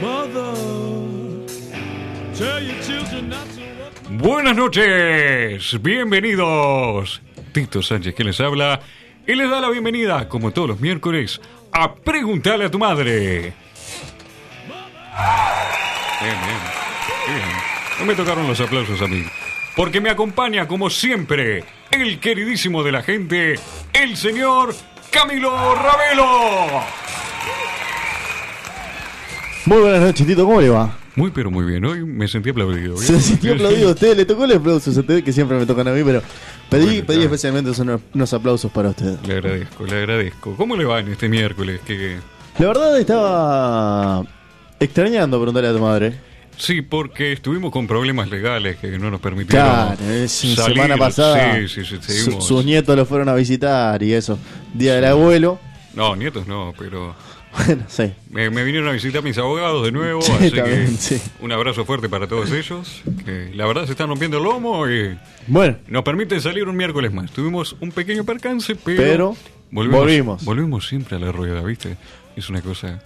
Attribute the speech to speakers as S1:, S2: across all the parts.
S1: Mother, tell your children not to walk.
S2: Buenas noches, bienvenidos. Tito Sánchez que les habla y les da la bienvenida, como todos los miércoles, a Preguntarle a tu madre. Bien, bien, bien. No me tocaron los aplausos a mí. Porque me acompaña, como siempre, el queridísimo de la gente, el señor Camilo Ravelo.
S3: Muy buenas noches, Tito, ¿cómo le va?
S2: Muy, pero muy bien. Hoy me sentí aplaudido. ¿bien?
S3: Se sintió aplaudido a usted, le tocó el aplauso a usted, que siempre me tocan a mí, pero pedí,
S2: Bueno,
S3: pedí
S2: está.
S3: especialmente unos, unos aplausos para usted.
S2: Le agradezco, le agradezco. ¿Cómo le va en este miércoles? Que
S3: La verdad estaba extrañando preguntarle a tu madre.
S2: Sí, porque estuvimos con problemas legales que no nos permitieron.
S3: Claro, es una
S2: salir.
S3: semana pasada
S2: Sí, sí, sí,
S3: su-
S2: seguimos.
S3: sus nietos lo fueron a visitar y eso. Día del abuelo,
S2: No, nietos no, pero
S3: bueno, sí.
S2: me, me vinieron a visitar mis abogados de nuevo,
S3: Sí,
S2: así que
S3: también, sí.
S2: un abrazo fuerte para todos ellos, que la verdad se están rompiendo el lomo y
S3: Bueno,
S2: nos permiten salir un miércoles más. Tuvimos un pequeño percance, pero,
S3: Pero
S2: volvemos,
S3: volvimos.
S2: volvemos siempre a la rueda, ¿viste? Es una cosa...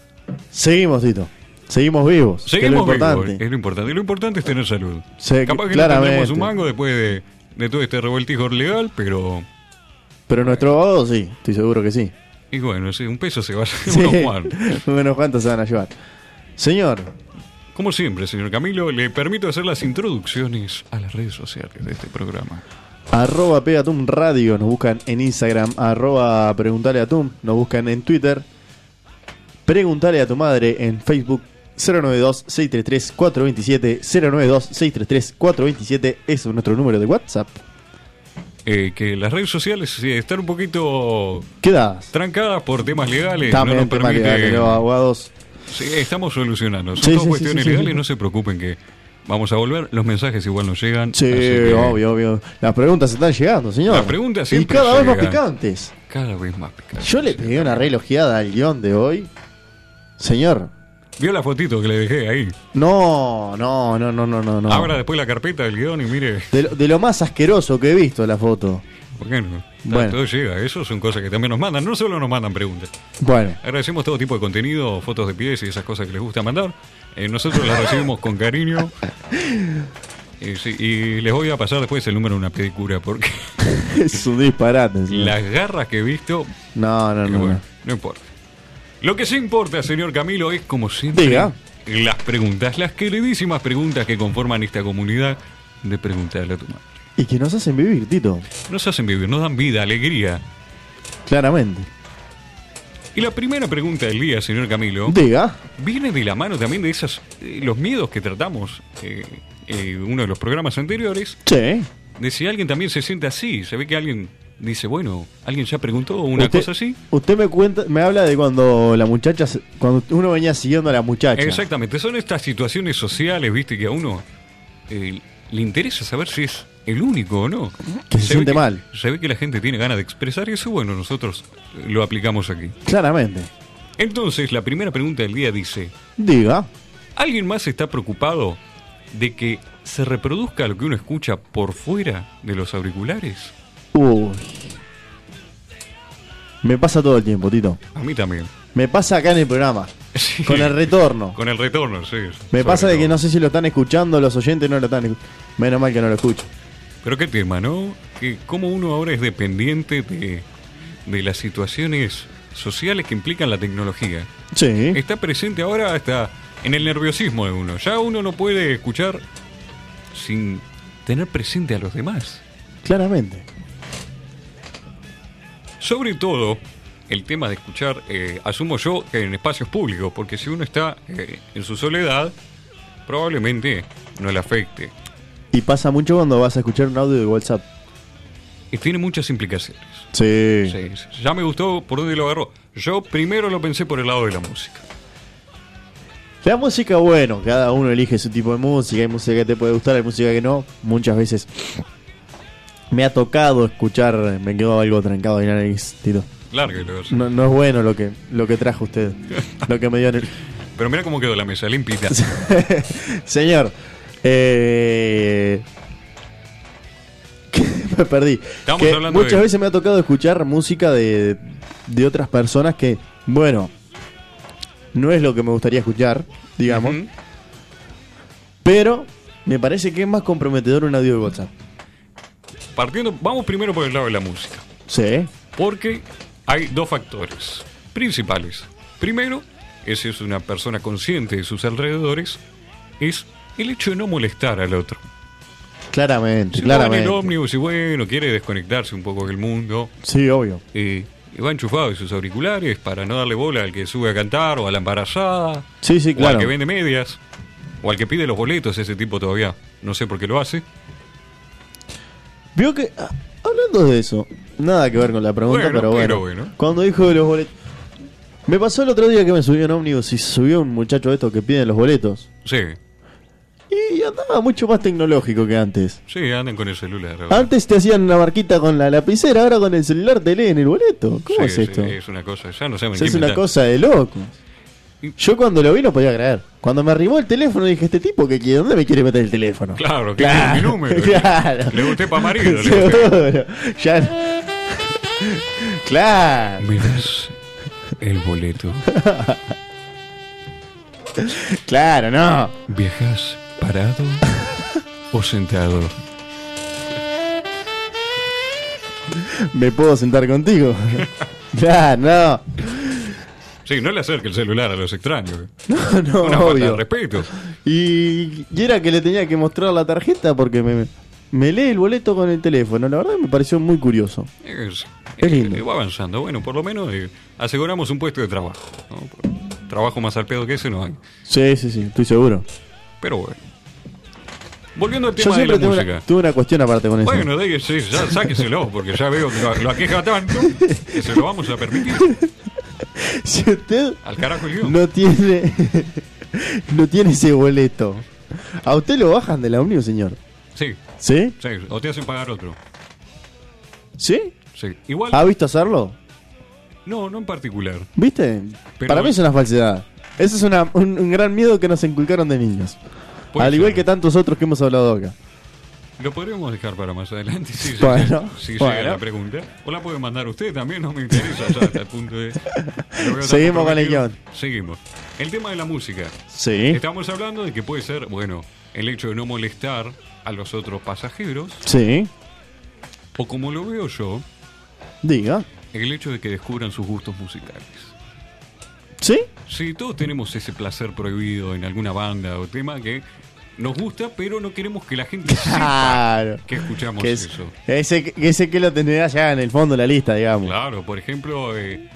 S3: seguimos, Tito. Seguimos vivos, que es lo
S2: Seguimos
S3: importante.
S2: vivos, eh. es lo importante. Y lo importante es tener salud.
S3: Sí,
S2: Capaz que no
S3: claramente.
S2: tendremos un mango después de, de todo este revoltijo legal, pero...
S3: Pero nuestro abogado sí, estoy seguro que sí.
S2: Y bueno, sí, un peso se va a hacer
S3: Sí.
S2: unos cuantos.
S3: Menos cuántos se van a llevar. Señor,
S2: Como siempre, señor Camilo, le permito hacer las introducciones a las redes sociales de este programa.
S3: Arroba Pegatum Radio, nos buscan en Instagram, arroba Preguntale a Tum, nos buscan en Twitter, Preguntale a tu madre en Facebook 092-633-427, 092-633-427, es nuestro número de WhatsApp.
S2: Eh, que las redes sociales eh, están un poquito
S3: Quedadas.
S2: trancadas por temas legales.
S3: También
S2: no nos
S3: tema
S2: permite-
S3: legal, que los abogados.
S2: Sí, estamos solucionando. Son
S3: Sí,
S2: todas
S3: sí, sí,
S2: cuestiones
S3: sí, sí,
S2: legales,
S3: sí.
S2: no se preocupen que vamos a volver. Los mensajes igual nos llegan.
S3: Sí,
S2: así que
S3: obvio, obvio. Las preguntas están llegando, señor.
S2: Las preguntas siempre
S3: Y cada vez más
S2: llegan.
S3: picantes.
S2: Cada vez más picante.
S3: Yo le pegué una relojeada al guión de hoy. Señor.
S2: Vio la fotito que le dejé ahí.
S3: No, no, no, no, no, no. no.
S2: Abra después la carpeta del guión y mire.
S3: De, lo- de lo más asqueroso que he visto la foto.
S2: ¿Por qué no?
S3: Bueno.
S2: Todo llega. Eso son cosas que también nos mandan. No solo nos mandan preguntas.
S3: Bueno,
S2: Agradecemos todo tipo de contenido, fotos de pies y esas cosas que les gusta mandar. Eh, nosotros las recibimos con cariño. Y, sí, y les voy a pasar después el número de una pedicura porque
S3: es un disparate. señor.
S2: las garras que he visto,
S3: No, no,
S2: eh,
S3: no.
S2: bueno,
S3: no.
S2: no importa. Lo que sí importa, señor Camilo, es como siempre
S3: Diga.
S2: las preguntas, las queridísimas preguntas que conforman esta comunidad de preguntarle a tu madre.
S3: Y que nos hacen vivir, Tito.
S2: Nos hacen vivir, nos dan vida, alegría.
S3: Claramente.
S2: Y la primera pregunta del día, señor Camilo,
S3: Diga.
S2: viene de la mano también de esas eh, los miedos que tratamos eh, eh, uno de los programas anteriores
S3: Che.
S2: de si alguien también se siente así se ve que alguien dice bueno alguien ya preguntó una
S3: usted,
S2: cosa así
S3: Usted me cuenta, me habla de cuando la muchacha, se- cuando uno venía siguiendo a la muchacha.
S2: exactamente son estas situaciones sociales viste que a uno eh, le interesa saber si es el único o no
S3: Que se
S2: ve
S3: siente mal.
S2: se ve que la gente tiene ganas de expresar y eso bueno nosotros eh, lo aplicamos aquí
S3: Claramente.
S2: entonces la primera pregunta del día dice
S3: Diga.
S2: ¿Alguien más está preocupado de que se reproduzca lo que uno escucha por fuera de los auriculares?
S3: Uy. Me pasa todo el tiempo, Tito.
S2: A mí también.
S3: Me pasa acá en el programa.
S2: Sí.
S3: Con el retorno.
S2: Con el retorno, sí.
S3: Me
S2: sobre
S3: pasa de que
S2: todo.
S3: no sé si lo están escuchando, los oyentes no lo están escuchando. Menos mal que no lo escucho.
S2: Pero qué tema, ¿no? Que cómo uno ahora es dependiente de, de las situaciones sociales que implican la tecnología.
S3: Sí.
S2: Está presente ahora hasta en el nerviosismo de uno. Ya uno no puede escuchar sin tener presente a los demás.
S3: Claramente.
S2: Sobre todo el tema de escuchar, eh, asumo yo, en espacios públicos, porque si uno está eh, en su soledad, probablemente no le afecte.
S3: Y pasa mucho cuando vas a escuchar un audio de WhatsApp.
S2: Y tiene muchas implicaciones.
S3: Sí.
S2: Sí, sí. Ya me gustó por dónde lo agarró. Yo primero lo pensé por el lado de la música.
S3: La música, bueno, cada uno elige su tipo de música. Hay música que te puede gustar, hay música que no. Muchas veces me ha tocado escuchar. Me quedó algo trancado ahí en la nariz, Tito.
S2: Lárguelo. sí.
S3: No, no es bueno lo que, lo que trajo usted. lo que me dio en el.
S2: Pero mira cómo quedó la mesa, limpita.
S3: Señor. Eh... me perdí.
S2: Estamos
S3: Que
S2: hablando
S3: muchas
S2: de-
S3: veces me ha tocado escuchar música de, de otras personas que, bueno, No es lo que me gustaría escuchar, digamos.
S2: Ujú.
S3: Pero me parece que es más comprometedor un audio de WhatsApp.
S2: Partiendo, vamos primero por el lado de la música.
S3: Sí.
S2: Porque hay dos factores principales. Primero, ese es una persona consciente de sus alrededores, es el hecho de no molestar al otro.
S3: Claramente,
S2: Si va en
S3: claramente.
S2: el ómnibus y bueno, quiere desconectarse un poco del mundo,
S3: Sí, obvio.
S2: eh, y va enchufado de sus auriculares para no darle bola al que sube a cantar o a la embarazada,
S3: Sí,
S2: o
S3: sí,
S2: al
S3: claro.
S2: que vende medias, o al que pide los boletos, ese tipo todavía. No sé por qué lo hace.
S3: Vio que, ah, hablando de eso, nada que ver con la pregunta,
S2: Bueno,
S3: pero
S2: pero
S3: bueno,
S2: bueno.
S3: Cuando dijo de los boletos. Me pasó el otro día que me subió en ómnibus y subió un muchacho de estos que piden los boletos.
S2: Sí,
S3: Y andaba mucho más tecnológico que antes.
S2: sí, andan con el celular. ahora.
S3: Antes te hacían una marquita con la lapicera, ahora con el celular te leen el boleto. ¿Cómo
S2: Sí, eh,
S3: es
S2: sí,
S3: esto?
S2: es una cosa, ya no saben
S3: O
S2: qué
S3: sea, es una
S2: inventar.
S3: cosa de loco.
S2: Y-
S3: Yo cuando lo vi no podía creer. Cuando me arrimó el teléfono dije, ¿este tipo qué quiere? ¿Dónde me quiere meter el teléfono?
S2: Claro, que tiene mi número.
S3: claro.
S2: Le gusté pa' marido, le
S3: Seguro. Ya... claro,
S2: ¿Me das el boleto?
S3: claro, no.
S2: ¿Viajas parado o sentado?
S3: ¿Me puedo sentar contigo? claro, no.
S2: Sí, no le acerque el celular a los extraños.
S3: No, no,
S2: Una falta de
S3: obvio.
S2: respeto.
S3: Y, y era que le tenía que mostrar la tarjeta porque me, me lee el boleto con el teléfono. La verdad me pareció muy curioso.
S2: Es,
S3: Es lindo.
S2: eh, va avanzando. Bueno, por lo menos eh, aseguramos un puesto de trabajo. ¿no? Trabajo más al pedo que ese no hay.
S3: Sí, sí, sí, estoy seguro.
S2: Pero bueno. Volviendo al
S3: Yo
S2: tema de la
S3: siempre tuve
S2: música.
S3: una, tuve una cuestión aparte con eso.
S2: Bueno, de, sí, ya, sáqueselo, porque ya veo que lo, lo aqueja tanto que se lo vamos a permitir.
S3: Si usted
S2: Al carajo el guión.
S3: no tiene no tiene ese boleto, a usted lo bajan del ómnibus, señor.
S2: Sí,
S3: ¿Sí?
S2: sí, o te hacen pagar otro.
S3: ¿Sí?
S2: Sí. Igual,
S3: ¿Ha visto hacerlo?
S2: no, no en particular.
S3: ¿Viste?
S2: Pero-
S3: Para mí es una falsedad. Ese es una- un, un gran miedo que nos inculcaron de niños.
S2: Puede
S3: Al igual
S2: ser.
S3: que tantos otros que hemos hablado acá.
S2: Lo podríamos dejar para más adelante si, llega-
S3: Bueno,
S2: si llega
S3: bueno.
S2: la pregunta. O la puede mandar usted también, no me interesa ya hasta el punto de... lo veo tan
S3: Seguimos con el
S2: comprometido.
S3: guión.
S2: Seguimos. El tema de la música.
S3: Sí.
S2: Estamos hablando de que puede ser, bueno, el hecho de no molestar a los otros pasajeros,
S3: Sí.
S2: o como lo veo yo,
S3: Diga.
S2: el hecho de que descubran sus gustos musicales.
S3: ¿Sí?
S2: Sí, todos tenemos ese placer prohibido en alguna banda o tema que nos gusta, pero no queremos que la gente sepa
S3: Claro.
S2: que escuchamos
S3: Que es-
S2: eso.
S3: ese, que- ese que lo tendría ya en el fondo de la lista, digamos.
S2: Claro, por ejemplo, eh,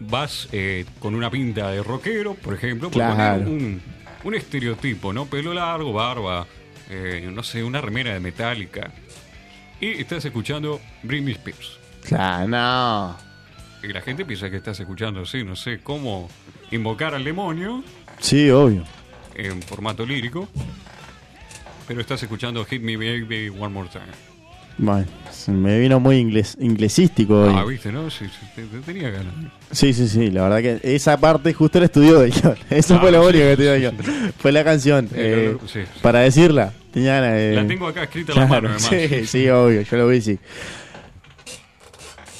S2: vas eh, con una pinta de rockero, por ejemplo, por
S3: Claro.
S2: poner un, un estereotipo, ¿no? Pelo largo, barba, eh, no sé, una remera de metálica. Y estás escuchando Britney Spears.
S3: Claro, no.
S2: Y la gente piensa que estás escuchando así, no sé, cómo invocar al demonio
S3: Sí, obvio.
S2: en formato lírico. Pero estás escuchando Hit Me Baby One More Time.
S3: Bueno, se me vino muy inglés, inglesístico hoy.
S2: Ah, viste, ¿no? Sí, sí, te- te tenía ganas.
S3: sí, sí, sí, la verdad que esa parte justo la estudió del guión. Eso
S2: Ah,
S3: fue lo
S2: sí,
S3: único que
S2: sí,
S3: estudió
S2: sí,
S3: del guión. Fue la canción. eh,
S2: lo- sí, sí.
S3: Para decirla, tenía ganas de-
S2: La tengo acá escrita en la
S3: Eh, Claro,
S2: mano, además.
S3: sí, sí, obvio, yo lo vi, sí.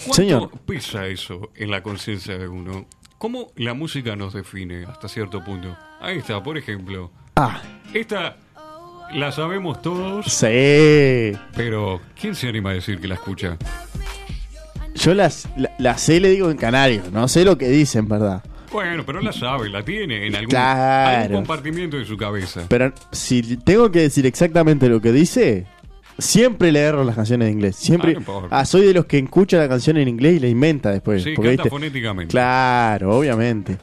S2: ¿Cuánto
S3: Señor.
S2: pesa eso en la conciencia de uno? ¿Cómo la música nos define hasta cierto punto? Ahí está, por ejemplo.
S3: Ah,
S2: Esta la sabemos todos,
S3: sí.
S2: pero ¿quién se anima a decir que la escucha?
S3: Yo las, la- las sé, le digo en canario. No sé lo que dicen, ¿verdad?
S2: Bueno, pero la sabe, la tiene en algún,
S3: Claro.
S2: algún compartimiento de su cabeza.
S3: Pero si tengo que decir exactamente lo que dice, siempre le agarro las canciones en inglés.
S2: Ah,
S3: Siempre.
S2: no importa.
S3: Ah, soy de los que escucha la canción en inglés y la inventa después.
S2: Sí,
S3: porque,
S2: canta
S3: ¿viste?
S2: fonéticamente.
S3: Claro, obviamente.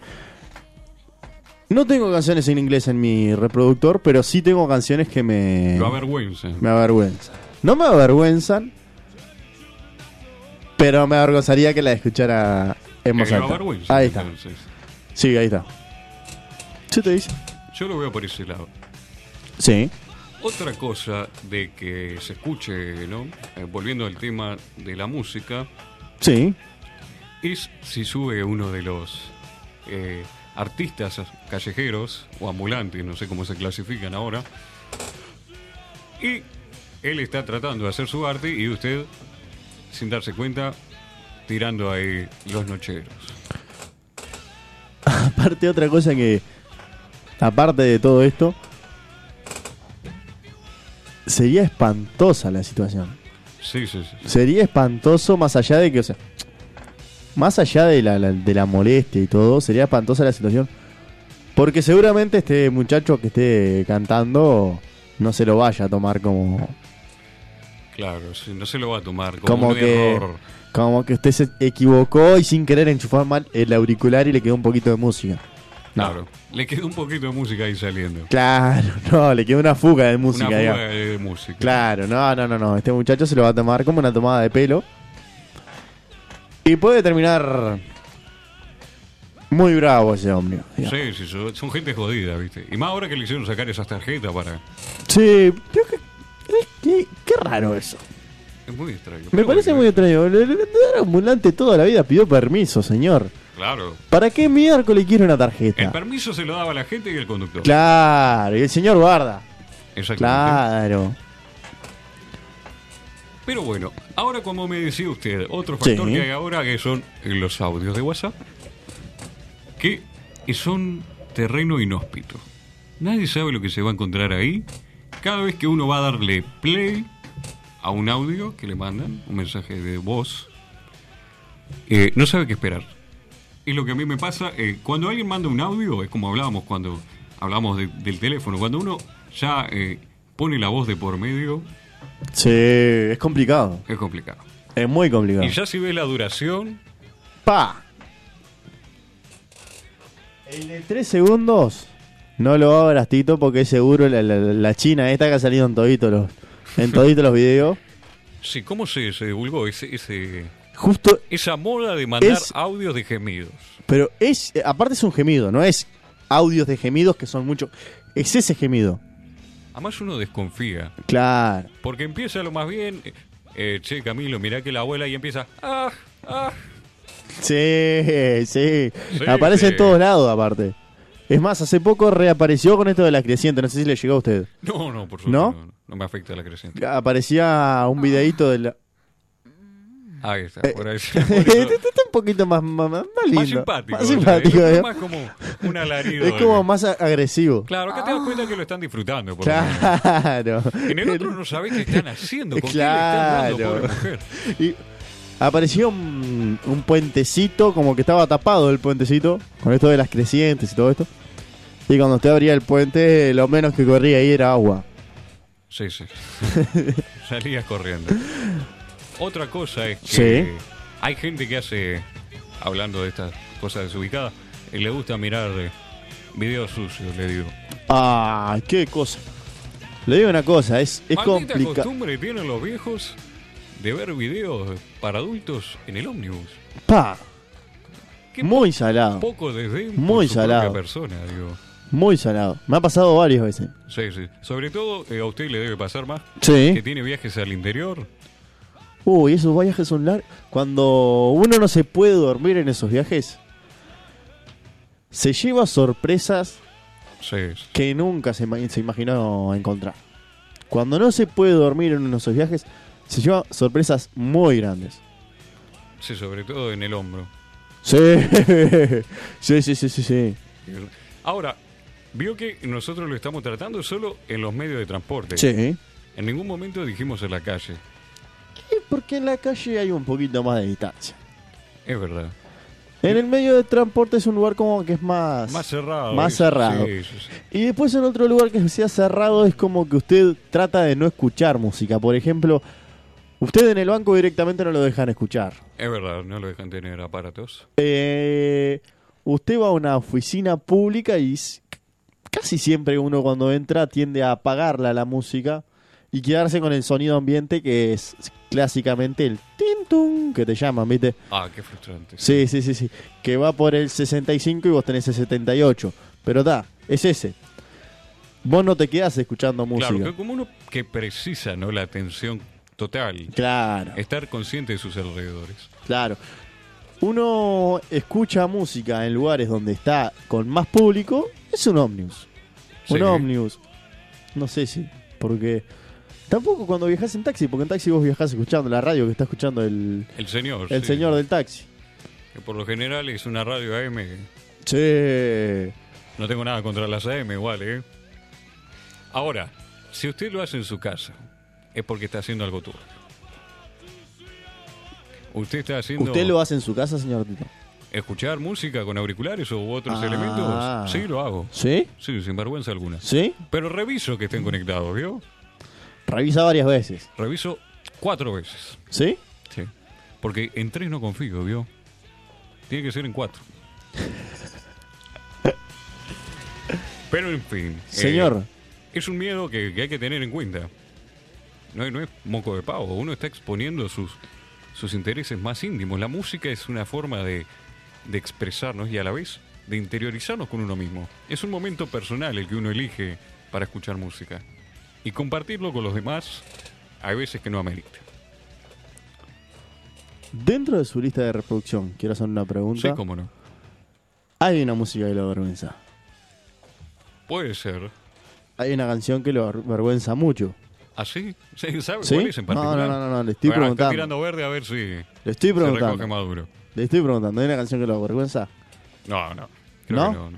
S3: No tengo canciones en inglés en mi reproductor, pero sí tengo canciones que me,
S2: Lo avergüenza.
S3: me avergüenzan. No me avergüenzan, pero me avergonzaría que la escuchara en voz
S2: Eh, lo
S3: alta.
S2: avergüenza,
S3: Ahí está.
S2: entonces.
S3: Sí, ahí está. ¿Sí te dice?
S2: Yo lo veo por ese lado.
S3: Sí.
S2: Otra cosa de que se escuche, ¿no? Eh, volviendo al tema de la música,
S3: Sí.
S2: es si sube uno de los eh, artistas callejeros o ambulantes, no sé cómo se clasifican ahora, y él está tratando de hacer su arte y usted, sin darse cuenta, tirando ahí los nocheros.
S3: aparte, otra cosa que. Aparte de todo esto. Sería espantosa la situación.
S2: Sí, sí, sí.
S3: Sería espantoso más allá de que, o sea, más allá de la, la- de la molestia y todo, sería espantosa la situación. Porque seguramente este muchacho que esté cantando no se lo vaya a tomar como,
S2: Claro, sí, no se lo va a tomar como,
S3: como
S2: un
S3: que,
S2: error.
S3: como que usted se equivocó y sin querer enchufar mal el auricular y le quedó un poquito de música. No.
S2: Claro. Le quedó un poquito de música ahí saliendo.
S3: Claro, no, le quedó una fuga de música.
S2: Una
S3: digamos.
S2: fuga de música.
S3: Claro, no, no, no, no. Este muchacho se lo va a tomar como una tomada de pelo. Y puede terminar muy bravo ese hombre. digamos.
S2: Sí, sí, son, son gente jodida, ¿viste? Y más ahora que le hicieron sacar esas tarjetas para...
S3: Sí, pero que- eh, qué, qué raro eso.
S2: Es muy extraño.
S3: Me
S2: Pero
S3: parece muy
S2: bueno,
S3: extraño. El vendedor ambulante toda la vida pidió permiso, señor.
S2: Claro.
S3: ¿Para qué miércoles quiere una
S2: El
S3: tarjeta?
S2: permiso se lo daba la gente y el conductor.
S3: Claro, y el señor guarda.
S2: Exactamente.
S3: Claro.
S2: Pero bueno, ahora como me decía usted, otro
S3: Sí.
S2: factor que hay ahora que son los audios de WhatsApp, que son terreno inhóspito. Nadie sabe lo que se va a encontrar ahí. Cada vez que uno va a darle play a un audio que le mandan, un mensaje de voz, eh, no sabe qué esperar. Es lo que a mí me pasa. eh, cuando alguien manda un audio, es como hablábamos cuando hablábamos de- del teléfono. Cuando uno ya eh, pone la voz de por medio,
S3: Sí, es complicado.
S2: es complicado.
S3: Es muy complicado.
S2: Y ya si ves la duración,
S3: ¡Pa! El de 3 segundos no lo abras, Tito, porque seguro la, la- la china esta que ha salido en toditos los, en toditos los videos.
S2: sí, ¿cómo se, se divulgó ese, ese-
S3: Justo,
S2: esa moda de mandar
S3: Es-
S2: audios de gemidos?
S3: pero es. eh, Aparte es un gemido, no es audios de gemidos que son muchos. Es ese gemido.
S2: Además uno desconfía,
S3: Claro.
S2: porque empieza lo más bien, eh, eh, che Camilo, mirá que la abuela y empieza, ah, ah.
S3: Sí, sí.
S2: Sí,
S3: Aparece
S2: sí.
S3: en todos lados, aparte. Es más, hace poco reapareció con esto de la creciente. No sé si le llegó a usted.
S2: No, no, por supuesto,
S3: ¿No?
S2: no, no, no me afecta la creciente.
S3: Aparecía un videíto de la.
S2: Ahí está,
S3: Eh,
S2: por ahí. por
S3: Este
S2: eso.
S3: está un poquito más, más, más lindo.
S2: Más simpático.
S3: Más
S2: o sea,
S3: simpático,
S2: es
S3: ¿eh?
S2: más como un alarido. ¿eh?
S3: Es como más a- agresivo.
S2: Claro, acá te das cuenta que lo están disfrutando. Por lo menos.
S3: Claro.
S2: En el otro no sabés qué están haciendo, con quién le están dando,
S3: Claro.
S2: pobre mujer.
S3: Y apareció un, un puentecito, como que estaba tapado el puentecito, con esto de las crecientes y todo esto. Y cuando usted abría el puente, lo menos que corría ahí era agua.
S2: Sí, sí. Salías corriendo. Otra cosa es que
S3: Sí.
S2: hay gente que hace, hablando de estas cosas desubicadas, eh, le gusta mirar eh, videos sucios, le digo.
S3: Ah, qué cosa. Le digo una cosa, es, es
S2: Maldita
S3: complicado.
S2: costumbre tienen los viejos de ver videos para adultos en el ómnibus.
S3: Pa,
S2: Qué
S3: muy salado,
S2: poco desde
S3: Muy salado.
S2: persona, digo.
S3: muy salado. Me ha pasado varias veces.
S2: Sí, sí. Sobre todo eh, a usted le debe pasar más
S3: Sí.
S2: que tiene viajes al interior.
S3: Uy, esos viajes son largos. Cuando uno no se puede dormir en esos viajes, se lleva sorpresas
S2: Sí, sí.
S3: que nunca se, ima- se imaginó encontrar. Cuando no se puede dormir en uno de esos viajes, se lleva sorpresas muy grandes.
S2: Sí, sobre todo en el hombro.
S3: Sí, sí, sí, sí, sí. sí.
S2: Ahora, vio que nosotros lo estamos tratando solo en los medios de transporte.
S3: Sí.
S2: En ningún momento dijimos en la calle.
S3: Y Porque en la calle hay un poquito más de distancia.
S2: Es verdad.
S3: En el medio de transporte es un lugar como que es más...
S2: Más cerrado.
S3: Más
S2: ¿eh?
S3: cerrado.
S2: Sí, sí, sí.
S3: Y después en otro lugar que sea cerrado es como que usted trata de no escuchar música. Por ejemplo, usted en el banco directamente no lo dejan escuchar.
S2: Es verdad, no lo dejan tener aparatos.
S3: Eh, usted va a una oficina pública y s- casi siempre uno cuando entra tiende a apagarla la música y quedarse con el sonido ambiente que es clásicamente el tintum que te llaman, ¿viste?
S2: Ah, qué frustrante.
S3: Sí, sí, sí, sí. Que va por el 65 y vos tenés el 78. Pero da, es ese. Vos no te quedás escuchando música.
S2: Claro, que como uno que precisa ¿no? la atención total,
S3: Claro,
S2: estar consciente de sus alrededores.
S3: claro. Uno escucha música en lugares donde está con más público, es un ómnibus.
S2: Sí.
S3: Un ómnibus. No sé si, porque tampoco cuando viajas en taxi, porque en taxi vos viajás escuchando la radio que está escuchando el,
S2: El señor.
S3: el
S2: sí.
S3: señor del taxi.
S2: Que por lo general es una radio AM.
S3: Che.
S2: No tengo nada contra las AM igual, ¿eh? Ahora, si usted lo hace en su casa, es porque está haciendo algo turbio. Usted está haciendo...
S3: ¿Usted lo hace en su casa, señor Tito?
S2: ¿Escuchar música con auriculares u otros
S3: Ah.
S2: elementos? Sí, lo hago.
S3: ¿Sí?
S2: Sí, sin vergüenza alguna.
S3: ¿Sí?
S2: Pero reviso que estén conectados, ¿vio?
S3: Revisa varias veces. Eh.
S2: Reviso cuatro veces.
S3: ¿Sí?
S2: Sí. Porque en tres no confío, ¿vio? Tiene que ser en cuatro. Pero en fin. eh,
S3: Señor.
S2: es un miedo que, que hay que tener en cuenta. No, es- no es moco de pavo. Uno está exponiendo sus, sus intereses más íntimos. La música es una forma de, de expresarnos y a la vez de interiorizarnos con uno mismo. Es un momento personal el que uno elige para escuchar música. Y compartirlo con los demás, hay veces que no amerita.
S3: Dentro de su lista de reproducción, quiero hacer una pregunta.
S2: Sí, cómo no.
S3: Hay una música que lo avergüenza.
S2: Puede ser.
S3: Hay una canción que lo avergüenza mucho.
S2: ¿Así? ¿Sí? ¿Sabe
S3: ¿Sí?
S2: cuál es en
S3: No,
S2: particular?
S3: no, no, no, le estoy
S2: Bueno, está
S3: preguntando.
S2: tirando verde a ver si
S3: Le estoy
S2: se recoge
S3: preguntando.
S2: maduro.
S3: Le estoy preguntando. ¿Hay una canción que lo avergüenza?
S2: No, no. Creo
S3: ¿No?
S2: que no, no.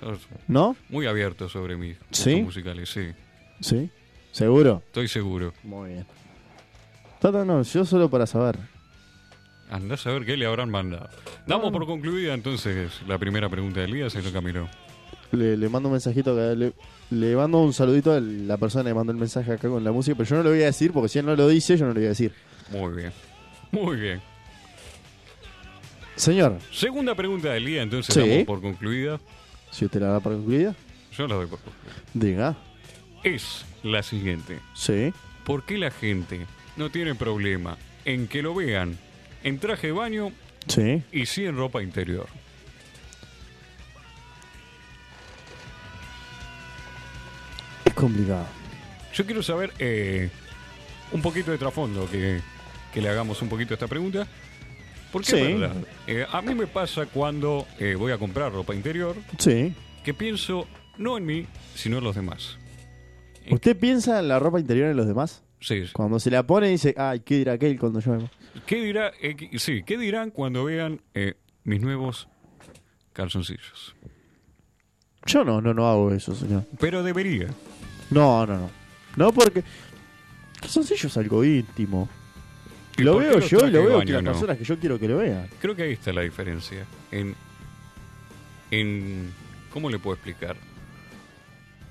S2: Sos
S3: ¿No?
S2: muy abierto sobre mis gustos
S3: ¿Sí?
S2: musicales, sí.
S3: ¿Sí? ¿Seguro?
S2: Estoy seguro.
S3: Muy bien. Tata, no, yo solo para saber.
S2: Andás a ver qué le habrán mandado. Damos por concluida entonces la primera pregunta del día, señor Camilo.
S3: Le, le mando un mensajito, acá, le, le mando un saludito a la persona que mandó el mensaje acá con la música, pero yo no lo voy a decir porque si él no lo dice, yo no lo voy a decir.
S2: Muy bien. Muy bien.
S3: Señor,
S2: Segunda pregunta del día, entonces
S3: Sí.
S2: damos por concluida.
S3: si usted la da para concluida,
S2: Yo la doy por concluida.
S3: diga.
S2: Es la siguiente.
S3: Sí.
S2: ¿Por qué la gente no tiene problema en que lo vean en traje de baño
S3: Sí.
S2: y sí en ropa interior?
S3: Es complicado.
S2: Yo quiero saber eh, un poquito de trasfondo, que, que le hagamos un poquito a esta pregunta. Porque
S3: Sí.
S2: es verdad. Eh, a mí me pasa cuando eh, voy a comprar ropa interior
S3: Sí.
S2: que pienso no en mí, sino en los demás.
S3: ¿Usted piensa en la ropa interior de los demás?
S2: Sí, sí.
S3: Cuando se la pone dice, ay, ¿qué dirá aquel cuando yo me...
S2: ¿Qué, dirá, eh, qué- sí, ¿Qué dirán cuando vean eh, mis nuevos calzoncillos?
S3: Yo no, no, no hago eso, señor.
S2: Pero debería.
S3: No, no, no. No porque... Calzoncillo es algo íntimo.
S2: ¿Y
S3: Lo
S2: por qué
S3: veo
S2: los
S3: yo y
S2: trajes
S3: lo
S2: de
S3: veo
S2: baño
S3: que las
S2: no?
S3: personas que yo quiero que lo vean.
S2: Creo que ahí está la diferencia. En, en. ¿Cómo le puedo explicar?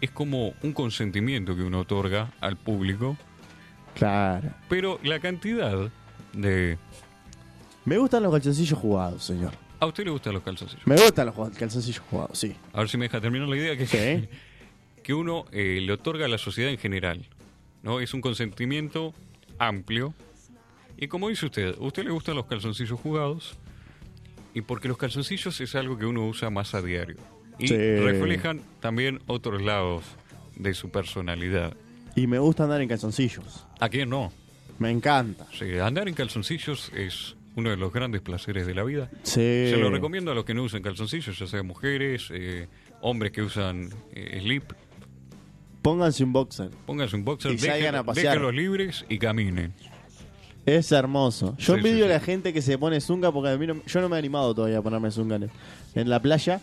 S2: Es como un consentimiento que uno otorga al público,
S3: Claro.
S2: pero la cantidad de.
S3: Me gustan los calzoncillos jugados, señor.
S2: A usted le gustan los calzoncillos.
S3: Me gustan los ju- calzoncillos jugados, sí.
S2: A ver si me deja terminar la idea que,
S3: Sí.
S2: que uno eh, le otorga a la sociedad en general. ¿no? Es un consentimiento amplio. Y como dice usted, a usted le gustan los calzoncillos jugados. Y porque los calzoncillos es algo que uno usa más a diario. Y
S3: Sí.
S2: reflejan también otros lados de su personalidad.
S3: Y me gusta andar en calzoncillos.
S2: ¿A quién no?
S3: Me encanta.
S2: Sí, andar en calzoncillos es uno de los grandes placeres de la vida.
S3: Sí.
S2: Se lo recomiendo a los que no usan calzoncillos, ya sea mujeres, eh, hombres que usan eh, slip.
S3: Pónganse un boxer.
S2: Pónganse un boxer,
S3: Y salgan
S2: dejen-
S3: a pasear.
S2: déjenlos libres y caminen.
S3: Es hermoso. Yo
S2: Sí,
S3: envidio
S2: sí,
S3: a la
S2: sí.
S3: gente que se pone zunga porque a mí no- yo no me he animado todavía a ponerme zunga en, en la playa.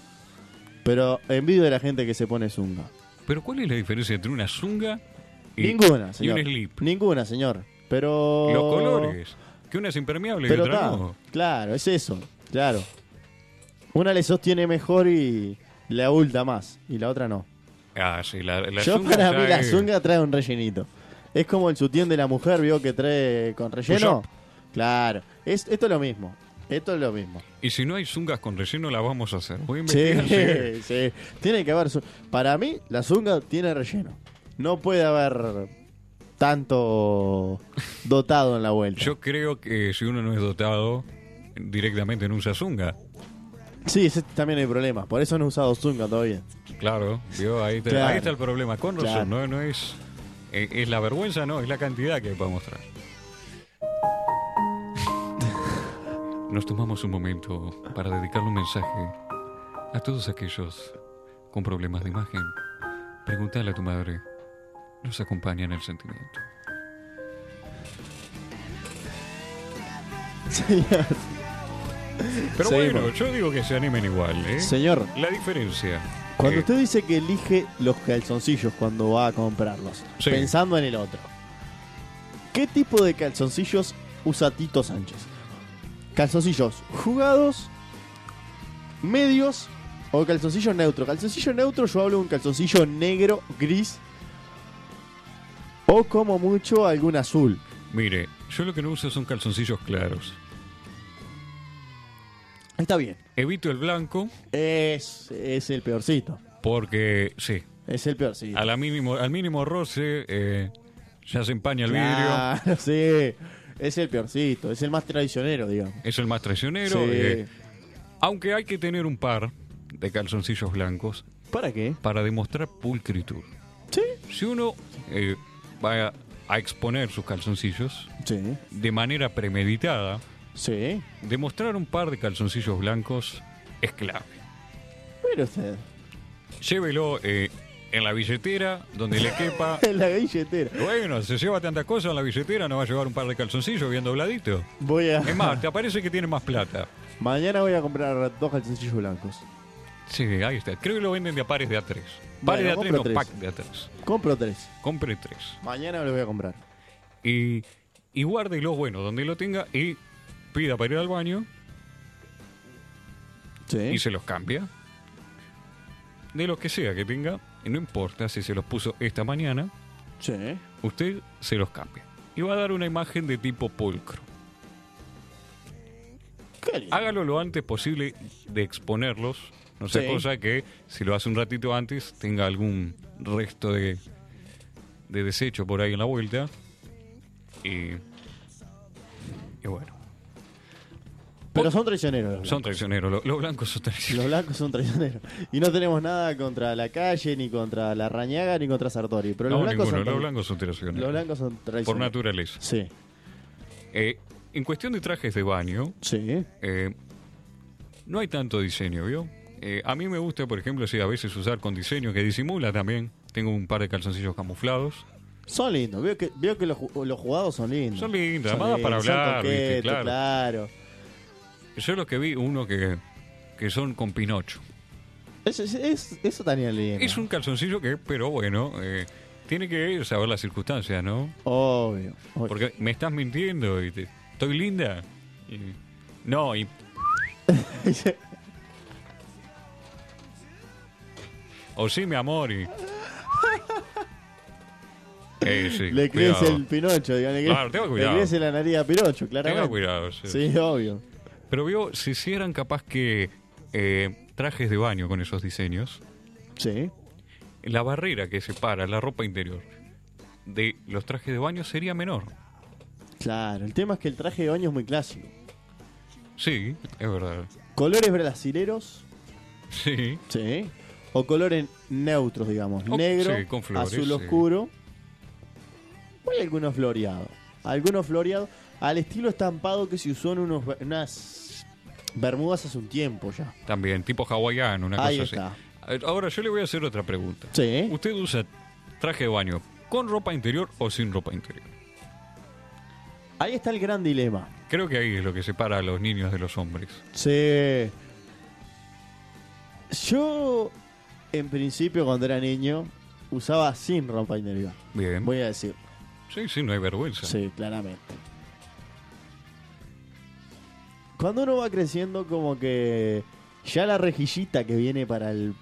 S3: Pero envidio a la gente que se pone zunga.
S2: Pero ¿cuál es la diferencia entre una zunga y,
S3: Ninguna,
S2: y
S3: señor.
S2: un slip?
S3: Ninguna, señor. Pero.
S2: Los colores. Que una es impermeable
S3: Pero
S2: y otra
S3: está.
S2: no.
S3: Claro, es eso. Claro. Una le sostiene mejor y le abulta más. Y la otra no.
S2: Ah, sí, la, la
S3: Yo
S2: zunga
S3: para
S2: ya
S3: mí la
S2: es-
S3: zunga trae un rellenito. Es como el sutién de la mujer, vio que trae con relleno.
S2: Push-up.
S3: Claro. Es, esto es lo mismo. Esto es lo mismo.
S2: Y si no hay zungas con relleno, la vamos a hacer. Voy a
S3: Sí,
S2: investigar, sí.
S3: sí. Tiene que haber. zu- Para mí, la zunga tiene relleno. No puede haber tanto dotado en la vuelta.
S2: Yo creo que si uno no es dotado, directamente no usa zunga.
S3: Sí, ese también hay problema. Por eso no he usado zunga todavía.
S2: Claro, ¿vio? Ahí, está,
S3: Claro.
S2: ahí está el problema. Con razón, no,
S3: Claro.
S2: no es, eh, es la vergüenza, no, es la cantidad que hay para mostrar. Nos tomamos un momento para dedicarle un mensaje a todos aquellos con problemas de imagen. Pregúntale a tu madre, nos acompaña en el sentimiento.
S3: Señor.
S2: Pero
S3: Seguimos.
S2: bueno, yo digo que se animen igual, ¿eh?
S3: Señor,
S2: La diferencia.
S3: cuando
S2: eh,
S3: usted dice que elige los calzoncillos cuando va a comprarlos,
S2: Sí.
S3: pensando en el otro, ¿qué tipo de calzoncillos usa Tito Sánchez? ¿Calzoncillos jugados, medios o calzoncillo neutro? Calzoncillo neutro, yo hablo de un calzoncillo negro, gris o como mucho algún azul.
S2: Mire, yo lo que no uso son calzoncillos claros.
S3: Está bien.
S2: Evito el blanco
S3: Es, es el peorcito.
S2: porque, sí,
S3: Es el peorcito.
S2: a la mínimo, al mínimo roce eh, ya se empaña el vidrio.
S3: Claro, sí. Es el peorcito, es el más traicionero, digamos.
S2: Es el más traicionero.
S3: Sí.
S2: eh, aunque hay que tener un par de calzoncillos blancos
S3: ¿Para qué?
S2: para demostrar pulcritud.
S3: Sí.
S2: Si uno eh, va a- a exponer sus calzoncillos
S3: Sí.
S2: de manera premeditada,
S3: Sí.
S2: demostrar un par de calzoncillos blancos es clave.
S3: Pero usted.
S2: Llévelo eh, en la billetera, donde le quepa.
S3: En la billetera.
S2: Bueno, se lleva tantas cosas en la billetera, no va a llevar un par de calzoncillos bien dobladitos.
S3: Voy a.
S2: Es más, te aparece que tiene más plata.
S3: Mañana voy a comprar dos calzoncillos blancos.
S2: Sí, ahí está. Creo que lo venden de a pares de a tres. Pares
S3: Bueno,
S2: de a tres, no,
S3: compro
S2: pack
S3: tres.
S2: de a tres.
S3: Compro tres.
S2: Compre tres.
S3: Mañana los voy a comprar.
S2: Y, y guárdelo, bueno, donde lo tenga y pida para ir al baño
S3: Sí.
S2: y se los cambia. De los que sea que tenga, y no importa si se los puso esta mañana,
S3: Sí.
S2: usted se los cambia. Y va a dar una imagen de tipo pulcro.
S3: Qué lindo.
S2: Hágalo lo antes posible de exponerlos. No sea
S3: Sí.
S2: cosa que si lo hace un ratito antes tenga algún resto de, de desecho por ahí en la vuelta. Y, y bueno,
S3: Pero son traicioneros. Los,
S2: oh. son traicioneros. lo- Los, blancos son
S3: blancos. Los
S2: traicioneros.
S3: blancos son traicioneros. Y no tenemos nada contra la calle, ni contra la rañaga, ni contra Sartori. Pero los,
S2: No,
S3: blancos,
S2: ninguno,
S3: son
S2: los
S3: tra-
S2: blancos son traicioneros.
S3: los blancos son traicioneros.
S2: por naturaleza.
S3: Sí.
S2: Eh, en cuestión de trajes de baño,
S3: Sí.
S2: eh, no hay tanto diseño, ¿vio? Eh, a mí me gusta, por ejemplo, sí, a veces usar con diseño que disimula también. Tengo un par de calzoncillos camuflados.
S3: Son lindos, veo que, veo que los, ju- los jugados son lindos.
S2: Son lindos, además para
S3: son
S2: hablar, viste,
S3: coquetos,
S2: claro.
S3: claro.
S2: Yo los que vi, uno que, que son con Pinocho.
S3: Es- es- es- eso también es lindo.
S2: Es un calzoncillo que, pero bueno, eh, tiene que saber las circunstancias, ¿no?
S3: Obvio. obvio.
S2: Porque me estás mintiendo y te- estoy linda. Y- no, y O sí, mi amor. Y... Eh, sí,
S3: le crece
S2: cuidado.
S3: el pinocho, digamos. Le,
S2: Claro,
S3: cre-
S2: tenga
S3: le
S2: cuidado.
S3: crece la nariz a pinocho, claramente.
S2: Tenga cuidado. sí.
S3: Sí, obvio.
S2: Pero vio, si hicieran capaz que eh, trajes de baño con esos diseños,
S3: Sí.
S2: la barrera que separa la ropa interior de los trajes de baño sería menor.
S3: Claro, el tema es que el traje de baño es muy clásico.
S2: Sí, es verdad.
S3: Colores brasileros,
S2: Sí,
S3: sí. O colores neutros, digamos.
S2: O-
S3: Negro,
S2: sí, con flores,
S3: azul
S2: sí.
S3: oscuro. O hay algunos floreados. Algunos floreados al estilo estampado que se usó en unos, be- unas bermudas hace un tiempo ya.
S2: también, tipo hawaiano, una
S3: Ahí
S2: cosa
S3: está.
S2: así. A ver, Ahora yo le voy a hacer otra pregunta.
S3: Sí.
S2: ¿Usted usa traje de baño con ropa interior o sin ropa interior?
S3: Ahí está el gran dilema.
S2: Creo que ahí es lo que separa a los niños de los hombres.
S3: Sí. Yo, en principio, cuando era niño, usaba sin ropa interior.
S2: Bien.
S3: Voy a decir.
S2: Sí, sí, no hay vergüenza.
S3: Sí, claramente. Cuando uno va creciendo, como que ya la rejillita que viene para el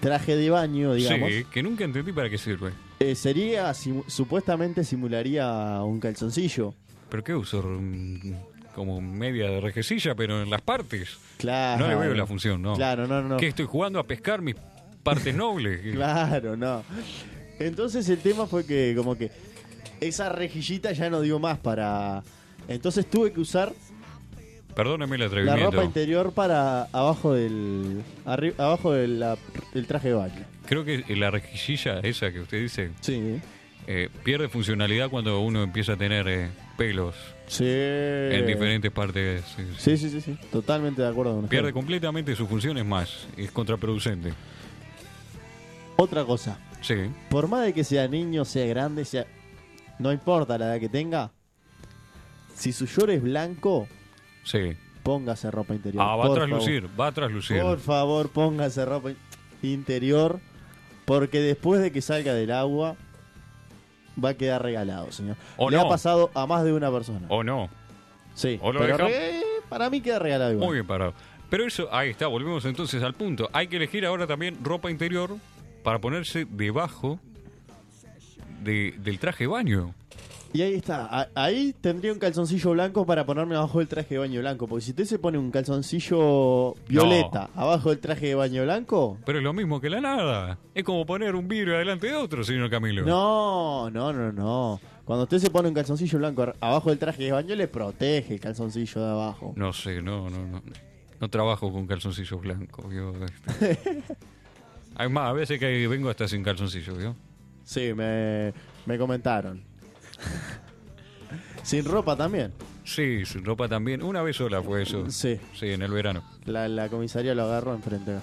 S3: traje de baño, digamos,
S2: Sí, que nunca entendí para qué sirve.
S3: eh, sería simu- supuestamente simularía un calzoncillo.
S2: ¿Pero qué uso? Mm, Como media de rejecilla, pero en las partes.
S3: Claro.
S2: No le veo la función, ¿no?
S3: Claro, no, no.
S2: Que estoy jugando a pescar mis partes nobles.
S3: Claro, no. Entonces el tema fue que como que esa rejillita ya no dio más para... Entonces tuve que usar
S2: Perdóname el
S3: la
S2: atrevimiento.
S3: ropa interior para abajo del arri- abajo del la- del traje de baño.
S2: Creo que la rejecilla esa que usted dice
S3: Sí.
S2: eh, pierde funcionalidad cuando uno empieza a tener eh, pelos
S3: Sí.
S2: en diferentes partes. Sí, sí.
S3: Eh. Sí, sí, sí, sí. Totalmente de acuerdo con usted.
S2: Pierde completamente su función, es más, es contraproducente.
S3: Otra cosa.
S2: Sí,
S3: Por más de que sea niño, sea grande, sea... No importa la edad que tenga. Si su lloro es blanco,
S2: sí.
S3: póngase ropa interior.
S2: Ah, va a
S3: por
S2: traslucir, va a traslucir.
S3: favor. Por favor, póngase ropa in- interior. Porque después de que salga del agua, va a quedar regalado, señor.
S2: O
S3: Le
S2: no.
S3: ha pasado a más de una persona.
S2: O no.
S3: sí,
S2: o lo
S3: pero
S2: deja-
S3: re- para mí queda regalado igual.
S2: Muy bien parado. Pero eso, ahí está, volvemos entonces al punto. Hay que elegir ahora también ropa interior para ponerse debajo de- del traje de baño.
S3: Y ahí está. A- ahí tendría un calzoncillo blanco para ponerme abajo del traje de baño blanco. Porque si usted se pone un calzoncillo violeta abajo del traje de baño blanco.
S2: Pero es lo mismo que la nada. Es como poner un vidrio delante de otro, señor Camilo.
S3: No, no, no, no. Cuando usted se pone un calzoncillo blanco ar- abajo del traje de baño, le protege el calzoncillo de abajo.
S2: No sé, no, no, no. No trabajo con calzoncillo blanco, ¿vio? este. Hay más, a veces que vengo hasta sin calzoncillo, ¿vio?
S3: Sí, me, me comentaron. Sin ropa también.
S2: Sí, sin ropa también. Una vez sola fue eso.
S3: Sí.
S2: Sí, en el verano.
S3: La, la comisaría lo agarró enfrente.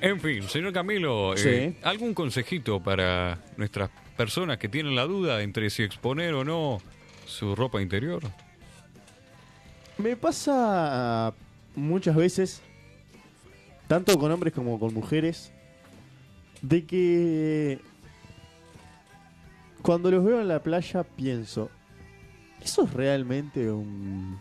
S2: En fin, señor Camilo, eh,
S3: Sí.
S2: ¿algún consejito para nuestras personas que tienen la duda entre si exponer o no su ropa interior?
S3: Me pasa muchas veces, tanto con hombres como con mujeres, de que cuando los veo en la playa pienso, ¿eso es realmente un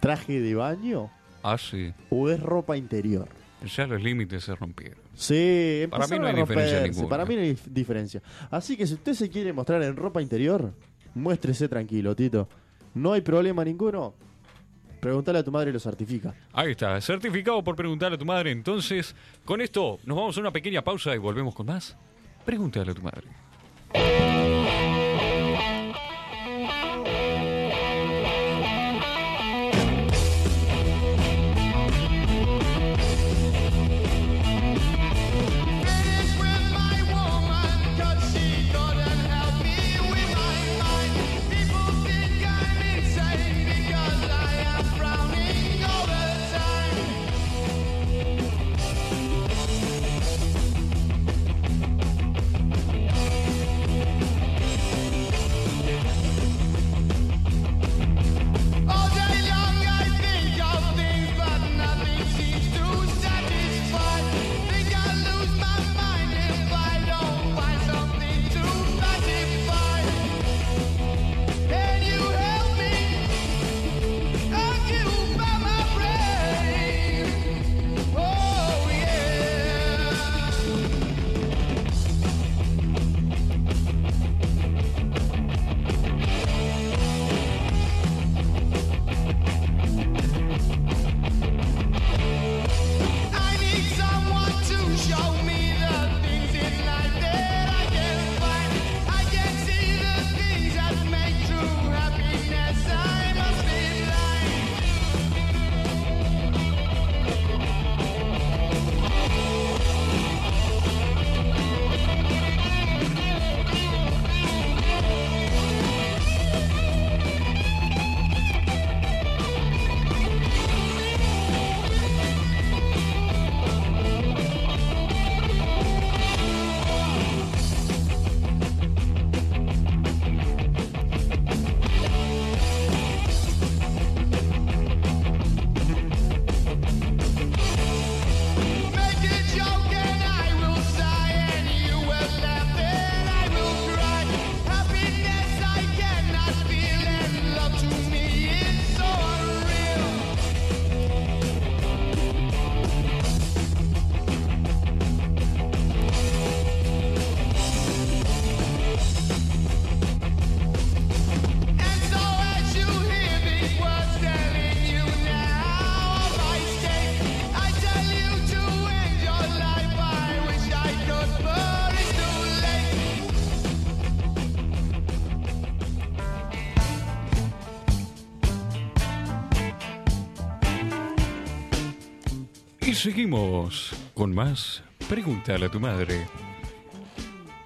S3: traje de baño
S2: Ah, sí.
S3: o es ropa interior?
S2: Ya los límites se rompieron.
S3: Sí,
S2: Para mí
S3: empezaron
S2: no hay
S3: a romperse,
S2: diferencia ninguna.
S3: Para mí no hay dif- diferencia. Así que si usted se quiere mostrar en ropa interior, muéstrese tranquilo, Tito. No hay problema ninguno. Pregúntale a tu madre y lo certifica.
S2: Ahí está, certificado por preguntar a tu madre. Entonces, con esto nos vamos a una pequeña pausa y volvemos con más. Pregúntale a tu madre.
S1: Can you help me? Occupy my brain. Oh yeah. I need someone to show me the things in life that I can't find. I can see the things that make true happiness. I must be blind. Make a joke and I will sigh, and you will laugh and I will cry. Happiness I cannot feel, and love to me is so unreal. And so as you hear these words telling you now of my state, I tell you to end your life. I wish I could, but it's too late.
S2: Y seguimos con más. Pregúntale a tu madre.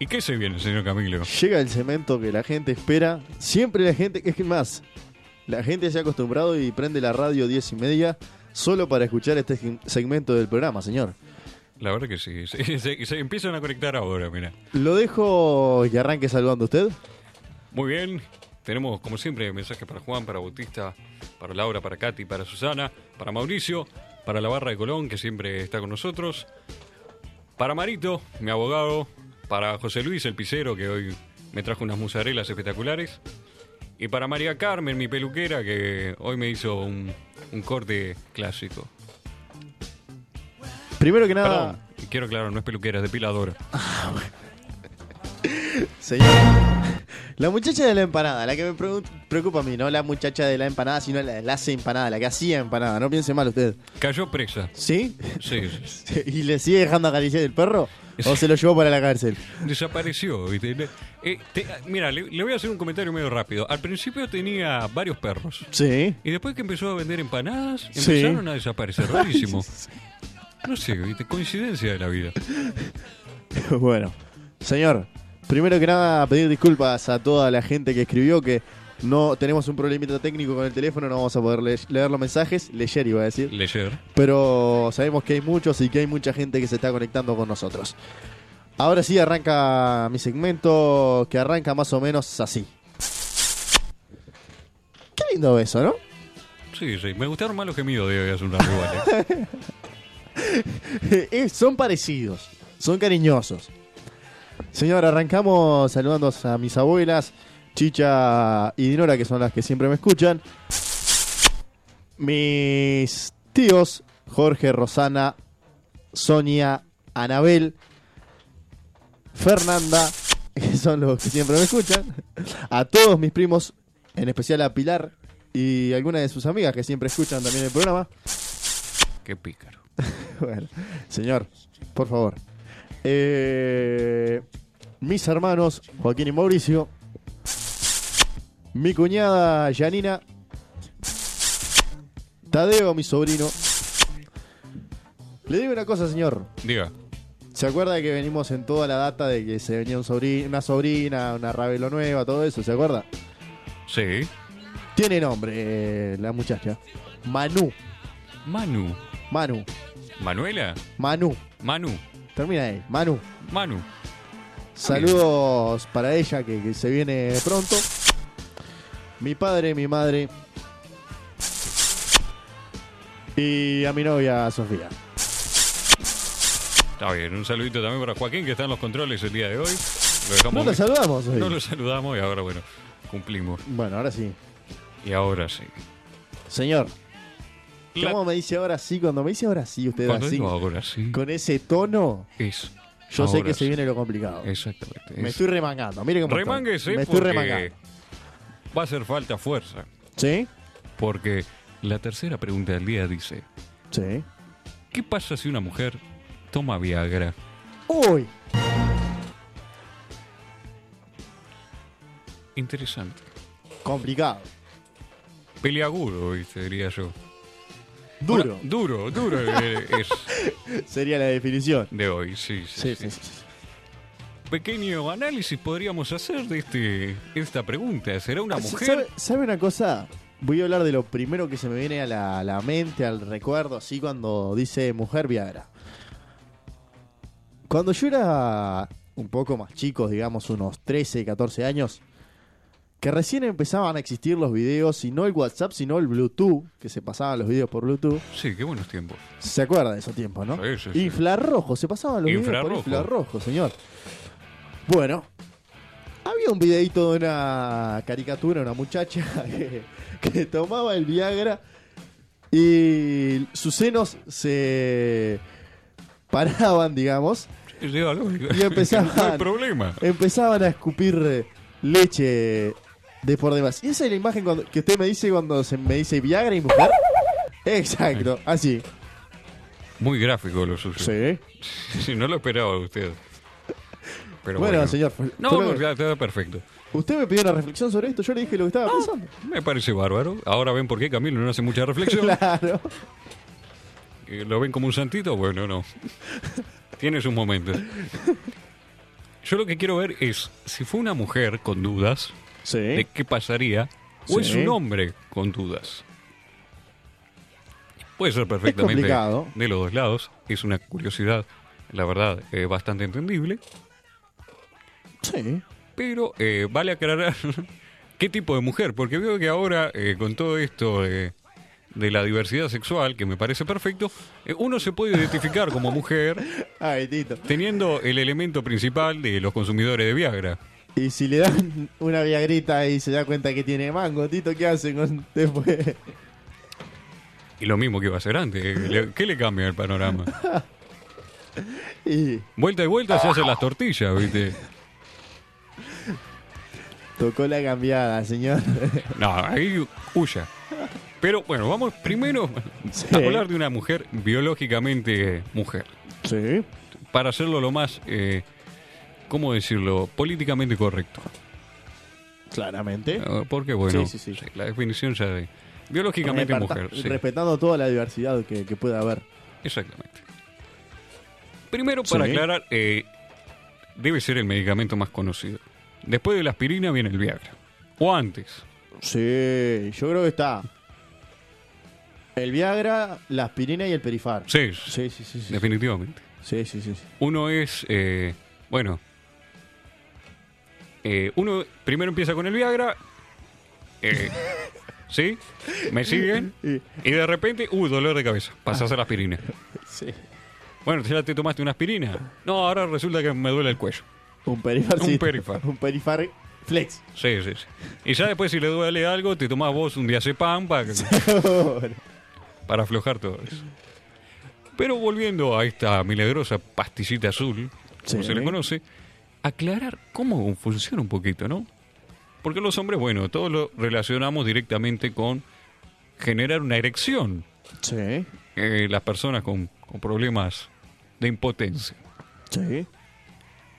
S2: ¿Y qué se viene, señor Camilo?
S3: Llega el cemento que la gente espera. Siempre la gente, es que más, la gente se ha acostumbrado y prende la radio 10 y media solo para escuchar este seg- segmento del programa, señor.
S2: La verdad que sí. Se, se- se empiezan a conectar ahora, mira.
S3: Lo dejo y arranque saludando a usted.
S2: Muy bien. Tenemos, como siempre, mensajes para Juan, para Bautista, para Laura, para Katy, para Susana, para Mauricio, para la barra de Colón, que siempre está con nosotros, para Marito, mi abogado, para José Luis, el pisero, que hoy me trajo unas musarelas espectaculares, y para María Carmen, mi peluquera, que hoy me hizo un, un corte clásico.
S3: Primero que nada,
S2: Perdón, quiero aclarar, no es peluquera, es depiladora.
S3: señor. La muchacha de la empanada, la que me pregun- preocupa a mí, no la muchacha de la empanada, sino la de la hace empanada, la que hacía empanada, no piense mal usted.
S2: Cayó presa.
S3: ¿Sí?
S2: Sí, sí.
S3: ¿Y le sigue dejando acariciar el perro? ¿O se lo llevó para la cárcel?
S2: Desapareció, ¿viste? Le- eh, te- mira, le, le voy a hacer un comentario medio rápido. Al principio tenía varios perros.
S3: Sí.
S2: Y después que empezó a vender empanadas,
S3: Sí.
S2: empezaron a desaparecer. Rarísimo. No sé, ¿viste? Coincidencia de la vida.
S3: Bueno, señor, primero que nada pedir disculpas a toda la gente que escribió que no tenemos un problemita técnico con el teléfono, no vamos a poder le- leer los mensajes, leyer iba a decir,
S2: Leyer.
S3: pero sabemos que hay muchos y que hay mucha gente que se está conectando con nosotros. Ahora sí arranca mi segmento que arranca más o menos así. Qué lindo eso, ¿no?
S2: Sí, sí. Me gustaron más los gemidos de hoy hace un rato. igual, ¿eh?
S3: Eh, son parecidos, son cariñosos. Señor, arrancamos saludando a mis abuelas, Chicha y Dinora, que son las que siempre me escuchan. Mis tíos, Jorge, Rosana, Sonia, Anabel, Fernanda, que son los que siempre me escuchan. A todos mis primos, en especial a Pilar y algunas de sus amigas que siempre escuchan también el programa.
S2: Qué pícaro.
S3: Bueno, señor, por favor. Eh, mis hermanos, Joaquín y Mauricio. Mi cuñada, Janina. Tadeo, mi sobrino. Le digo una cosa, señor.
S2: Diga.
S3: ¿Se acuerda que venimos en toda la data de que se venía un sobri- una sobrina, una Ravelo nueva, todo eso? ¿Se acuerda?
S2: Sí.
S3: Tiene nombre eh, la muchacha. Manu.
S2: Manu.
S3: Manu.
S2: ¿Manuela?
S3: Manu.
S2: Manu.
S3: Termina ahí. Manu.
S2: Manu.
S3: Saludos para ella que, que se viene pronto. Mi padre, mi madre. Y a mi novia Sofía.
S2: Está bien. Un saludito también para Joaquín, que está en los controles el día de hoy. Lo dejamos
S3: No la
S2: muy-
S3: saludamos hoy.
S2: no lo saludamos y ahora, bueno, cumplimos.
S3: Bueno, ahora sí.
S2: Y ahora sí.
S3: Señor,
S2: La-
S3: ¿cómo me dice ahora sí? Cuando me dice ahora sí, usted
S2: Cuando
S3: así,
S2: digo ahora sí,
S3: con ese tono,
S2: es.
S3: yo sé
S2: ahora
S3: que se
S2: sí.
S3: viene lo complicado.
S2: Exactamente.
S3: Me
S2: es-
S3: estoy remangando, mire cómo estoy.
S2: Remánguese
S3: Me estoy
S2: porque
S3: remangando.
S2: va a hacer falta fuerza.
S3: ¿Sí?
S2: Porque la tercera pregunta del día dice:
S3: Sí.
S2: ¿Qué pasa si una mujer toma Viagra?
S3: Uy,
S2: Interesante.
S3: complicado.
S2: Peliagudo, ¿viste? diría yo.
S3: Duro.
S2: Una- duro, duro eh, es
S3: Sería la definición.
S2: de hoy, sí sí,
S3: Sí,
S2: sí.
S3: sí, sí.
S2: Pequeño análisis podríamos hacer de este, esta pregunta. ¿Será una
S3: S-
S2: mujer?
S3: Ah, ¿Sabe, sabe una cosa? Voy a hablar de lo primero que se me viene a la, a la mente, al recuerdo, así cuando dice mujer Viagra. Cuando yo era un poco más chico, digamos unos 13, 14 años, que recién empezaban a existir los videos, y no el WhatsApp, sino el Bluetooth, que se pasaban los videos por Bluetooth.
S2: Sí, qué buenos tiempos.
S3: ¿Se acuerda de esos tiempos, no?
S2: Sí, sí, sí.
S3: Infrarrojo, se pasaban los videos
S2: Infrarrojo.
S3: por infrarrojo, señor. Bueno, había un videito de una caricatura, una muchacha que, que tomaba el Viagra y sus senos se paraban, digamos,
S2: Lleva lógica.
S3: Y empezaban.
S2: no hay problema.
S3: empezaban a escupir eh, leche de por demás. Y esa es la imagen cuando- que usted me dice cuando se me dice Viagra y mujer. Exacto, así.
S2: Muy gráfico lo suyo.
S3: Sí.
S2: Sí, no lo esperaba de usted. Pero
S3: Bueno,
S2: bueno,
S3: señor, fue-
S2: No,
S3: fue lo
S2: no,
S3: que-
S2: ya está perfecto.
S3: Usted me pidió una reflexión sobre esto, yo le dije lo que
S2: Ah,
S3: estaba pensando.
S2: Me parece bárbaro. Ahora ven por qué Camilo no hace mucha reflexión.
S3: Claro.
S2: Eh, ¿Lo ven como un santito? Bueno, no. Tiene sus momentos. Yo lo que quiero ver es si fue una mujer con dudas
S3: Sí.
S2: de qué pasaría o es
S3: Sí.
S2: un hombre con dudas. Puede ser perfectamente
S3: complicado.
S2: de los dos lados. Es una curiosidad, la verdad, eh, bastante entendible.
S3: Sí.
S2: Pero eh, vale aclarar ¿Qué tipo de mujer? Porque veo que ahora, eh, con todo esto de, de la diversidad sexual, que me parece perfecto, eh, uno se puede identificar como mujer
S3: Ay, Tito.
S2: teniendo el elemento principal de los consumidores de Viagra.
S3: Y si le dan una viagrita y se da cuenta que tiene mango, Tito, ¿qué hacen con- después?
S2: Y lo mismo que iba a hacer antes. eh, le- ¿Qué le cambia el panorama?
S3: Y
S2: Vuelta y vuelta se hacen las tortillas, ¿viste?
S3: tocó la cambiada, señor.
S2: No, ahí huya. Pero bueno, vamos primero
S3: Sí.
S2: a hablar de una mujer biológicamente mujer.
S3: Sí.
S2: Para hacerlo lo más, eh, ¿cómo decirlo? Políticamente correcto.
S3: Claramente.
S2: Eh, Porque bueno,
S3: Sí, sí, sí.
S2: la definición ya de... Biológicamente
S3: Reparta-
S2: mujer, sí.
S3: Respetando toda la diversidad que, que pueda haber.
S2: Exactamente. Primero, para
S3: Sí.
S2: aclarar, eh, debe ser el medicamento más conocido. Después de la aspirina viene el Viagra. O antes.
S3: Sí, yo creo que está. El Viagra, la aspirina y el perifar.
S2: Sí,
S3: Sí, sí, sí. Sí,
S2: definitivamente.
S3: sí, sí. sí, sí.
S2: Uno es, eh, bueno, eh, uno primero empieza con el Viagra, eh, ¿sí? ¿Me siguen? Y de repente, uh, dolor de cabeza, pasas a la aspirina.
S3: Sí.
S2: Bueno, ya te tomaste una aspirina. No, ahora resulta que me duele el cuello.
S3: Un perifar.
S2: Un
S3: sí.
S2: perifar.
S3: Un perifar flex.
S2: Sí, sí, sí. Y ya después si le duele algo, te tomás vos un diazepam para, que- para aflojar todo eso. Pero volviendo a esta milagrosa pastillita azul, como
S3: Sí.
S2: se le conoce, aclarar cómo funciona un poquito, ¿no? Porque los hombres, bueno, todos lo relacionamos directamente con generar una erección.
S3: sí.
S2: eh, las personas con, con problemas de impotencia.
S3: Sí.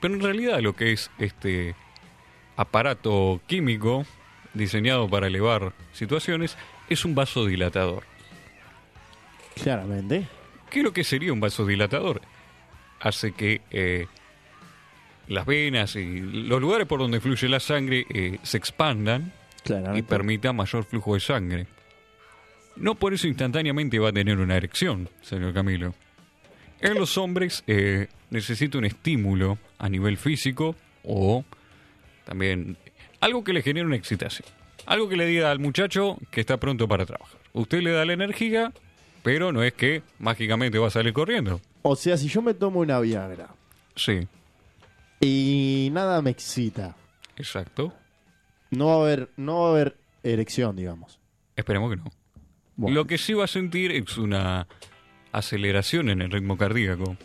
S2: Pero en realidad lo que es este aparato químico diseñado para elevar situaciones es un vasodilatador.
S3: Claramente.
S2: ¿Qué es lo que sería un vasodilatador? Hace que eh, las venas y los lugares por donde fluye la sangre eh, se expandan y
S3: Claramente.
S2: permita mayor flujo de sangre. No por eso instantáneamente va a tener una erección, señor Camilo. En los hombres eh, necesita un estímulo a nivel físico o también algo que le genere una excitación. Algo que le diga al muchacho que está pronto para trabajar. Usted le da la energía, pero no es que mágicamente va a salir corriendo.
S3: O sea, si yo me tomo una Viagra
S2: Sí,
S3: y nada me excita,
S2: exacto.
S3: no va a haber, no va a haber erección, digamos.
S2: Esperemos que no.
S3: Bueno,
S2: Lo que sí va a sentir es una aceleración en el ritmo cardíaco.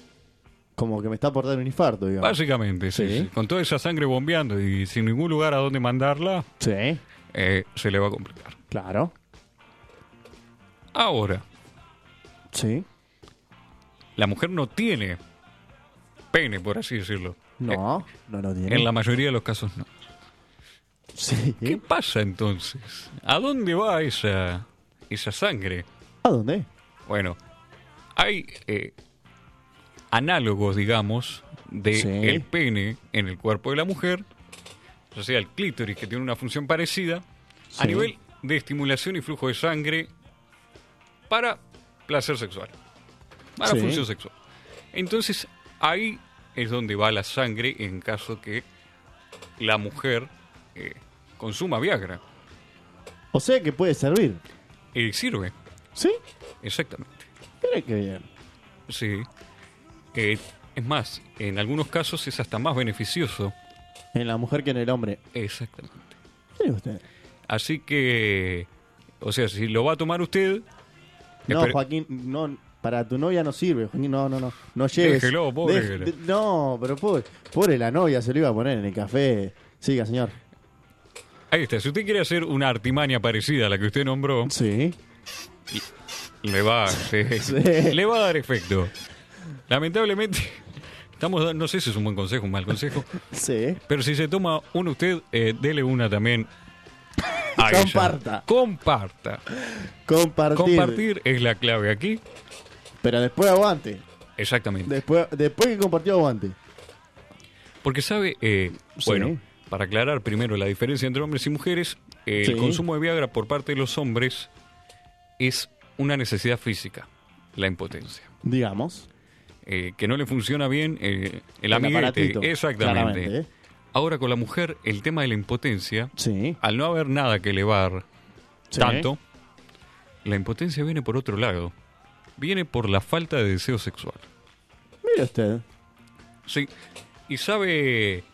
S3: Como que me está por dar un infarto, digamos.
S2: Básicamente, sí,
S3: Sí.
S2: sí. Con toda esa sangre bombeando y sin ningún lugar a donde mandarla,
S3: Sí,
S2: eh, se le va a complicar.
S3: claro.
S2: Ahora,
S3: Sí.
S2: la mujer no tiene pene, por así decirlo. Eh,
S3: No, no lo tiene.
S2: en la mayoría de los casos no.
S3: Sí.
S2: ¿Qué pasa entonces? ¿A dónde va esa, esa sangre?
S3: ¿A dónde?
S2: Bueno, hay eh, análogos, digamos, de
S3: Sí.
S2: el pene en el cuerpo de la mujer, o sea, el clítoris que tiene una función parecida, a
S3: Sí.
S2: nivel de estimulación y flujo de sangre para placer sexual, para
S3: Sí.
S2: función sexual. Entonces, ahí es donde va la sangre en caso que la mujer eh, consuma Viagra.
S3: O sea que puede servir.
S2: Y sirve,
S3: ¿Sí?
S2: exactamente.
S3: Mira que bien.
S2: Sí. Eh, es más, en algunos casos es hasta más beneficioso.
S3: En la mujer que en el hombre.
S2: Exactamente.
S3: Mire usted.
S2: Así que, o sea, si lo va a tomar usted,
S3: No,
S2: Espera.
S3: Joaquín, no, para tu novia no sirve, Joaquín, no, no, no. No lleves.
S2: Déjelo, pobre.
S3: no, pero pobre, pobre la novia se lo iba a poner en el café. Siga, señor.
S2: ahí está. Si usted quiere hacer una artimaña parecida a la que usted nombró,
S3: Sí.
S2: le va, sí,
S3: Sí.
S2: le va a dar efecto. Lamentablemente, estamos dando, no sé si es un buen consejo, un mal consejo,
S3: Sí.
S2: pero si se toma uno usted, eh, dele una también. a ella.
S3: Comparta.
S2: Comparta.
S3: Compartir.
S2: Compartir es la clave aquí.
S3: Pero después aguante.
S2: Exactamente.
S3: Después, después que compartió aguante.
S2: Porque sabe, eh,
S3: Sí.
S2: bueno, para aclarar primero la diferencia entre hombres y mujeres, eh,
S3: Sí.
S2: el consumo de Viagra por parte de los hombres es una necesidad física, la impotencia.
S3: Digamos.
S2: Eh, que no le funciona bien eh, el,
S3: El
S2: amiguete.
S3: aparatito,
S2: Exactamente.
S3: claramente, ¿eh?
S2: Ahora con la mujer, el tema de la impotencia,
S3: Sí.
S2: al no haber nada que elevar
S3: Sí.
S2: tanto, la impotencia viene por otro lado. Viene por la falta de deseo sexual.
S3: Mira usted.
S2: Sí. ¿Y sabe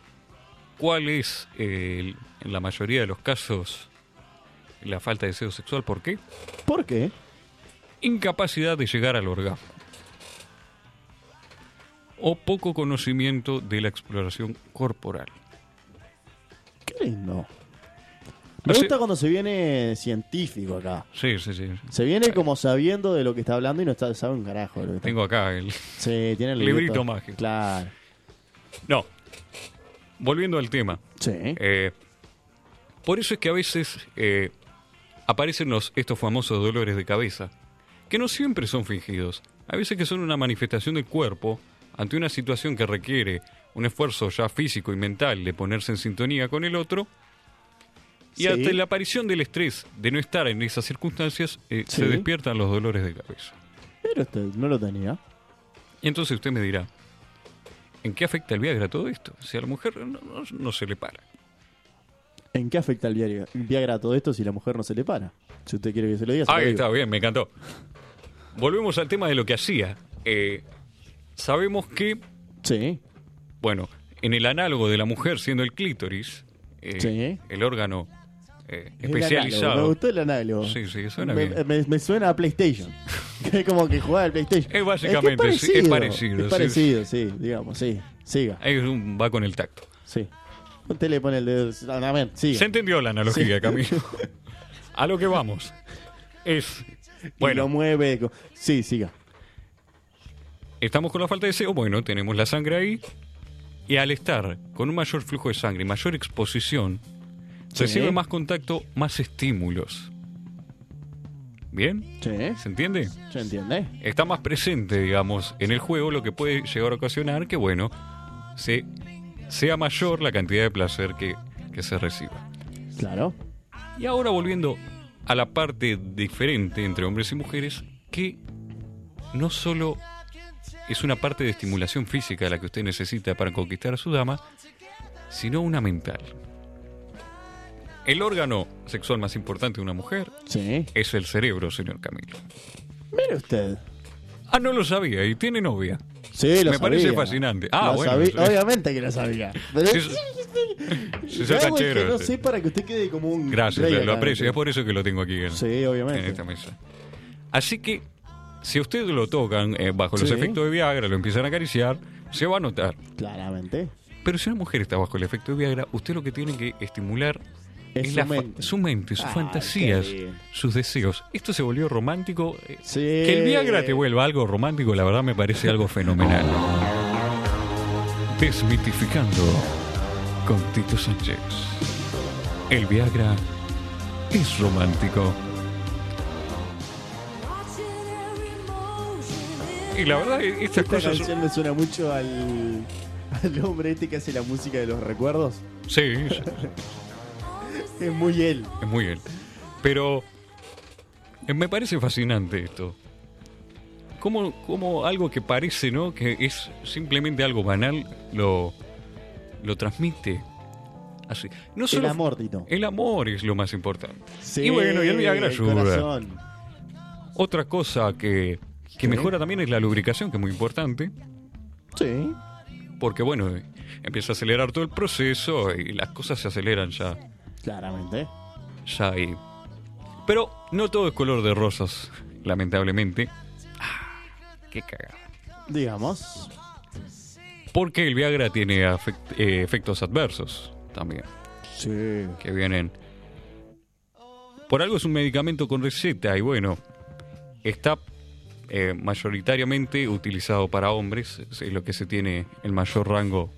S2: cuál es, eh, en la mayoría de los casos, la falta de deseo sexual? ¿Por qué?
S3: ¿Por qué?
S2: Incapacidad de llegar al orgasmo. O poco conocimiento de la exploración corporal.
S3: Qué lindo.
S2: No
S3: Me
S2: sé-
S3: gusta cuando se viene científico acá.
S2: Sí, sí, sí.
S3: Se viene como sabiendo de lo que está hablando y no está, sabe un carajo. de lo que está-
S2: Tengo acá el...
S3: Sí, tiene el
S2: Librito mágico.
S3: Claro.
S2: No. Volviendo al tema.
S3: Sí.
S2: Eh, por eso es que a veces eh, aparecen los, estos famosos dolores de cabeza, que no siempre son fingidos, a veces que son una manifestación del cuerpo ante una situación que requiere un esfuerzo ya físico y mental de ponerse en sintonía con el otro, y
S3: Sí.
S2: ante la aparición del estrés de no estar en esas circunstancias, eh,
S3: Sí.
S2: se despiertan los dolores de cabeza.
S3: Pero usted no lo tenía.
S2: Y entonces usted me dirá, ¿en qué afecta el Viagra todo esto? Si a la mujer no- no- no se le para.
S3: ¿En qué afecta el Viagra, el Viagra a todo esto si la mujer no se le para? Si usted quiere que se lo diga, se lo
S2: Ahí
S3: digo.
S2: Ah, está, bien, me encantó. Volvemos al tema de lo que hacía. Eh, sabemos que,
S3: Sí.
S2: bueno, en el análogo de la mujer siendo el clítoris, eh,
S3: Sí.
S2: el órgano eh,
S3: El análogo, Me
S2: especializado,
S3: gustó el análogo.
S2: Sí, sí, suena
S3: me,
S2: bien.
S3: Me, me suena a PlayStation. es como que juega al PlayStation.
S2: Es básicamente,
S3: que
S2: sí, es parecido,
S3: Es
S2: sí.
S3: parecido, sí, digamos, sí. Siga,
S2: ahí es un- va con el tacto.
S3: sí. Usted le pone el dedo. a ver, siga.
S2: Se entendió la analogía,
S3: Sí.
S2: Camilo. A lo que vamos es,
S3: Y lo
S2: bueno,
S3: mueve. co- Sí, siga.
S2: estamos con la falta de deseo, bueno, tenemos la sangre ahí, y al estar con un mayor flujo de sangre y mayor exposición, recibe más contacto, más estímulos. ¿Bien?
S3: Sí,
S2: ¿Se entiende?
S3: ¿se entiende?
S2: Está más presente, digamos, en el juego, lo que puede llegar a ocasionar que, bueno, se, sea mayor la cantidad de placer que, que se reciba.
S3: Claro.
S2: Y ahora volviendo a la parte diferente entre hombres y mujeres, que no solo es una parte de estimulación física la que usted necesita para conquistar a su dama, sino una mental. El órgano sexual más importante de una mujer
S3: Sí.
S2: es el cerebro, señor Camilo.
S3: Mire usted.
S2: Ah, no lo sabía, y tiene novia.
S3: Sí, lo
S2: Me parece
S3: sabía.
S2: fascinante. Ah,
S3: Lo
S2: bueno,
S3: sabí-
S2: sí.
S3: Obviamente que lo sabía. Pero
S2: Sí, Sí, soy
S3: Yo hago el
S2: canchero,
S3: que no
S2: sí.
S3: sé para que usted quede como un.
S2: Gracias,
S3: rey
S2: lo,
S3: acá,
S2: aprecio,
S3: ¿no?
S2: es por eso que lo tengo aquí en,
S3: Sí,
S2: en este
S3: obviamente.
S2: esta mesa. Así que, si a usted lo tocan eh, bajo los
S3: Sí.
S2: efectos de Viagra, lo empiezan a acariciar, se va a notar.
S3: Claramente.
S2: Pero si una mujer está bajo el efecto de Viagra, usted lo que tiene que estimular
S3: Es su
S2: la fa-
S3: mente.
S2: su mente, sus
S3: Ah,
S2: fantasías,
S3: qué bien.
S2: sus deseos. Esto se volvió romántico. eh,
S3: Sí.
S2: Que el Viagra te vuelva algo romántico, la verdad me parece algo fenomenal. Desmitificando con Tito Sánchez. El Viagra es romántico. Y la verdad, eh, estas
S3: Esta
S2: cosas.
S3: canción me suena mucho al, al hombre este que hace la música de los recuerdos.
S2: Sí, es
S3: Es muy él.
S2: es muy bien. Pero eh, me parece fascinante esto. Como, como algo que parece, ¿no? Que es simplemente algo banal, lo, lo transmite. Así. No
S3: El
S2: solo-
S3: amor, Tito.
S2: El amor es lo más importante.
S3: Sí,
S2: Eh, y bueno, y el Viagra ayuda.
S3: corazón.
S2: Otra cosa que, que
S3: Sí.
S2: mejora también es la lubricación, que es muy importante,
S3: Sí.
S2: porque bueno, eh, empieza a acelerar todo el proceso y las cosas se aceleran ya,
S3: Claramente.
S2: ya ahí. Pero no todo es color de rosas, lamentablemente. Ah, qué cagada.
S3: Digamos.
S2: Porque el Viagra tiene afect- eh, efectos adversos también,
S3: Sí.
S2: que vienen... Por algo es un medicamento con receta y bueno, está eh, mayoritariamente utilizado para hombres, es lo que se tiene el mayor rango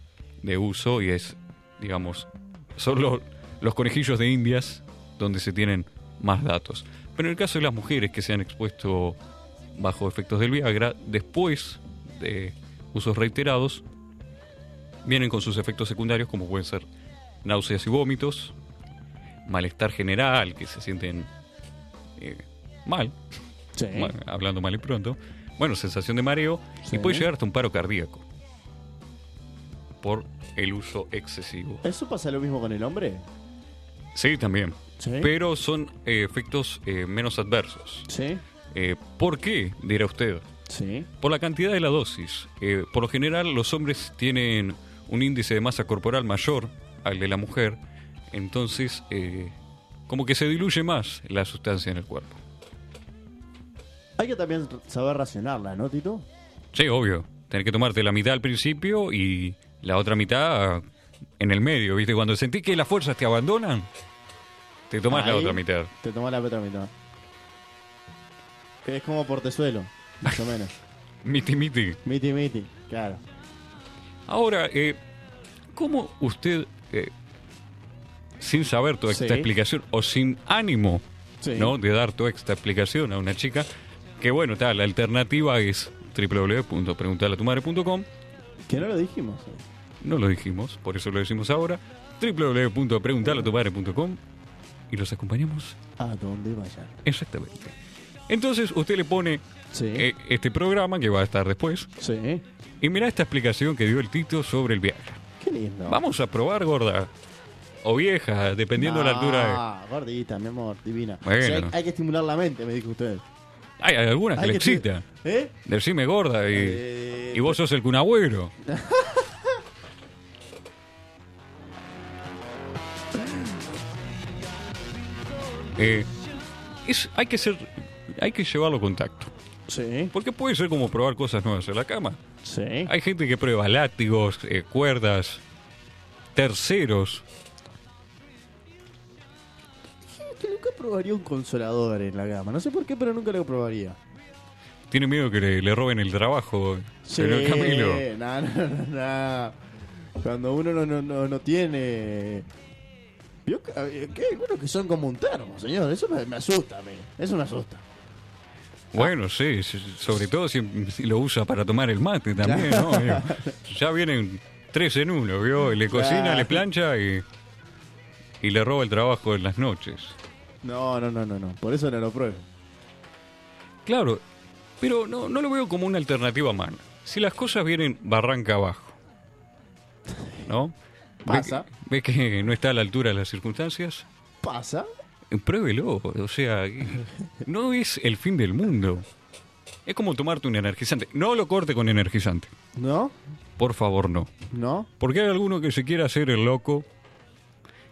S2: de uso y es, digamos, son lo- los conejillos de indias donde se tienen más datos. Pero en el caso de las mujeres que se han expuesto bajo efectos del Viagra, después de usos reiterados, vienen con sus efectos secundarios como pueden ser náuseas y vómitos, malestar general, que se sienten eh, mal,
S3: Sí.
S2: ma- hablando mal y pronto. Bueno, sensación de mareo
S3: Sí.
S2: y puede llegar hasta un paro cardíaco. Por el uso excesivo.
S3: ¿Eso pasa lo mismo con el hombre?
S2: Sí, también.
S3: Sí.
S2: Pero son eh, efectos eh, menos adversos.
S3: Sí.
S2: Eh, ¿Por qué? Dirá usted.
S3: Sí.
S2: Por la cantidad de la dosis. Eh, por lo general, los hombres tienen un índice de masa corporal mayor al de la mujer. Entonces, eh, como que se diluye más la sustancia en el cuerpo.
S3: Hay que también saber racionarla, ¿no, Tito?
S2: Sí, obvio. Tenés que tomarte la mitad al principio y la otra mitad en el medio, ¿viste? Cuando sentís que las fuerzas te abandonan, te tomás la
S3: Ahí
S2: otra mitad.
S3: Te tomás la otra mitad. Es como portezuelo, más o menos.
S2: Miti, miti.
S3: Miti, miti, claro.
S2: Ahora, eh, ¿cómo usted, eh, sin saber toda esta
S3: Sí.
S2: explicación o sin ánimo
S3: Sí.
S2: ¿no? de dar toda esta explicación a una chica, que bueno, está, la alternativa es www.preguntalatumadre.com,
S3: Que no lo dijimos.
S2: no lo dijimos, por eso lo decimos ahora, www.preguntalatumadre.com y los acompañamos
S3: ¿A dónde vayan?
S2: exactamente. Entonces usted le pone
S3: Sí.
S2: eh, este programa que va a estar después
S3: Sí.
S2: y mirá esta explicación que dio el Tito sobre el viaje.
S3: Qué lindo.
S2: Vamos a probar, gorda. O vieja, dependiendo de la altura. eh.
S3: Ah, gordita, mi amor, divina.
S2: Bueno.
S3: O sea, hay, hay que estimular la mente, me dijo usted.
S2: de- Hay, hay algunas que
S3: Hay
S2: le
S3: que
S2: excita.
S3: ¿Eh?
S2: Decime gorda y,
S3: Eh,
S2: y vos sos el cunagüero. Eh, es- hay que ser. Hay que llevarlo con tacto.
S3: Sí.
S2: Porque puede ser como probar cosas nuevas en la cama.
S3: Sí.
S2: Hay gente que prueba látigos, eh, cuerdas, terceros.
S3: Que nunca probaría un consolador en la cama. No sé por qué, pero nunca lo probaría.
S2: Tiene miedo que le, le roben el trabajo. Señor Camilo.
S3: No, no, no, no. Cuando uno no, no, no, no tiene. Vio que eh, que hay algunos que son como un termo, señor. Eso me, me asusta a mí. Eso me asusta.
S2: Bueno, sí, s- sobre todo si, si lo usa para tomar el mate también, ¿no? Digo, Ya vienen tres en uno, ¿vio? Le cocina,
S3: Claro.
S2: le plancha y, y le roba el trabajo en las noches.
S3: No, no, no, no, no. Por eso no lo pruebo.
S2: Claro, pero no, no lo veo como una alternativa mala. Si las cosas vienen barranca abajo, ¿no?
S3: Pasa.
S2: ¿Ves que, ve que no está a la altura de las circunstancias?
S3: ¿Pasa?
S2: Eh, Pruébelo, o sea, eh, no es el fin del mundo. Es como tomarte un energizante. No lo corte con energizante.
S3: ¿No?
S2: Por favor, no.
S3: ¿No?
S2: Porque hay alguno que se quiera hacer el loco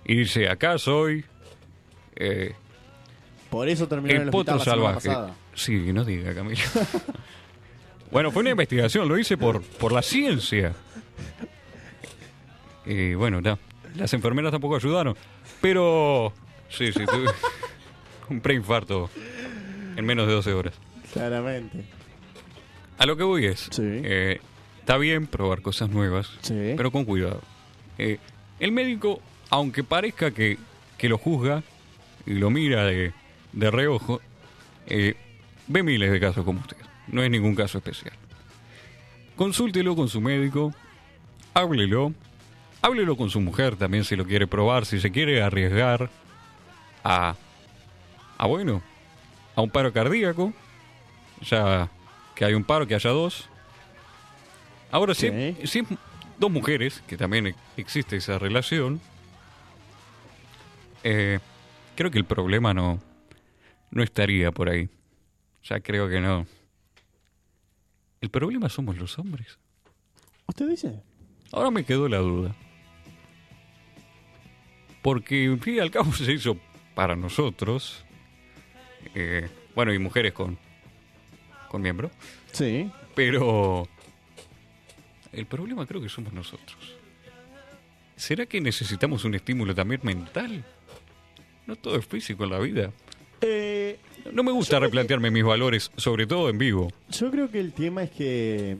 S2: y dice, acá soy eh,
S3: Por eso terminó en
S2: el
S3: el
S2: potro
S3: hospital la semana
S2: salvaje.
S3: pasada.
S2: Sí, no diga, Camilo. bueno, fue una investigación, lo hice por, por la ciencia. Y bueno, ya. Las enfermeras tampoco ayudaron. Pero... Sí, sí, tuve un preinfarto en menos de 12 horas.
S3: Claramente.
S2: A lo que voy es,
S3: Sí.
S2: eh, está bien probar cosas nuevas,
S3: Sí.
S2: pero con cuidado. Eh, el médico, aunque parezca que, que lo juzga y lo mira de, de reojo, eh, ve miles de casos como usted. No es ningún caso especial. Consúltelo con su médico, háblelo, háblelo con su mujer también si lo quiere probar, si se quiere arriesgar a, a bueno, a un paro cardíaco, ya que hay un paro, que haya dos. Ahora sí,
S3: Sí.
S2: si es dos mujeres, que también e- existe esa relación, eh, creo que el problema no, no estaría por ahí. Ya creo que no. El problema somos los hombres.
S3: ¿Usted dice?
S2: Ahora me quedó la duda. Porque en fin y al cabo se hizo para nosotros. eh, bueno, y mujeres con, con miembro.
S3: Sí.
S2: Pero el problema creo que somos nosotros. ¿Será que necesitamos un estímulo también mental? No todo es físico en la vida.
S3: Eh,
S2: No me gusta replantearme mis valores, sobre todo en vivo.
S3: Yo creo que el tema es que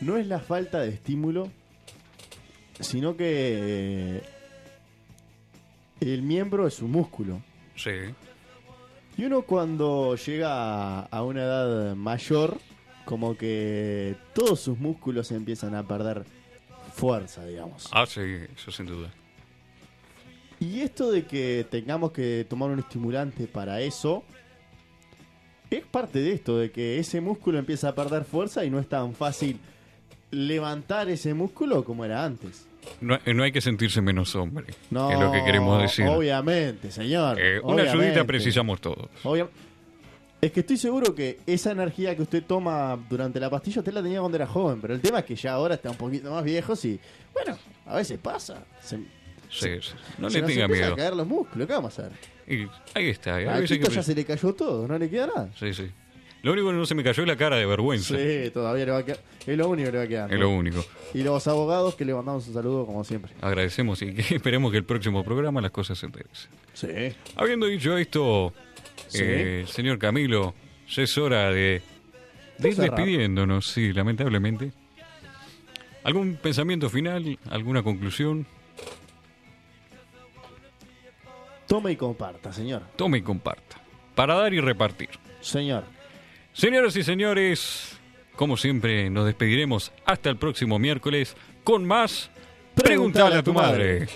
S3: no es la falta de estímulo, sino que eh, el miembro es un músculo.
S2: Sí.
S3: Y uno cuando llega a- a una edad mayor, como que todos sus músculos empiezan a perder fuerza, digamos.
S2: Ah, sí, eso sin duda.
S3: Y esto de que tengamos que tomar un estimulante para eso, es parte de esto, de que ese músculo empieza a perder fuerza y no es tan fácil levantar ese músculo como era antes.
S2: No, no hay que sentirse menos hombre,
S3: No,
S2: es lo que queremos decir.
S3: Obviamente, señor.
S2: Eh, una
S3: obviamente.
S2: ayudita precisamos todos.
S3: Obvia- Es que estoy seguro que esa energía que usted toma durante la pastilla, usted la tenía cuando era joven, pero el tema es que ya ahora está un poquito más viejos y, bueno, a veces pasa. Se-
S2: Sí, sí. No
S3: se
S2: le
S3: nos
S2: tenga
S3: empieza
S2: miedo.
S3: a caer los músculos, ¿qué vamos a hacer?
S2: Y ahí está. Eh, hay
S3: A
S2: veces
S3: Tito
S2: que-
S3: ya se le cayó todo, no le queda nada.
S2: Sí, sí. Lo único que no se me cayó es la cara de vergüenza.
S3: Sí, todavía le va a quedar. Es lo único que le va a quedar.
S2: Es lo único.
S3: Y los abogados que le mandamos un saludo como siempre.
S2: Agradecemos y que esperemos que el próximo programa las cosas se enderezan.
S3: Sí.
S2: Habiendo dicho esto,
S3: Sí.
S2: eh, señor Camilo, ya es hora de, de ir
S3: Cerrar.
S2: despidiéndonos, sí, lamentablemente. ¿Algún pensamiento final? ¿Alguna conclusión?
S3: Tome y comparta, señor.
S2: Tome y comparta. Para dar y repartir.
S3: Señor.
S2: Señoras y señores, como siempre, nos despediremos hasta el próximo miércoles con más Preguntale a tu madre.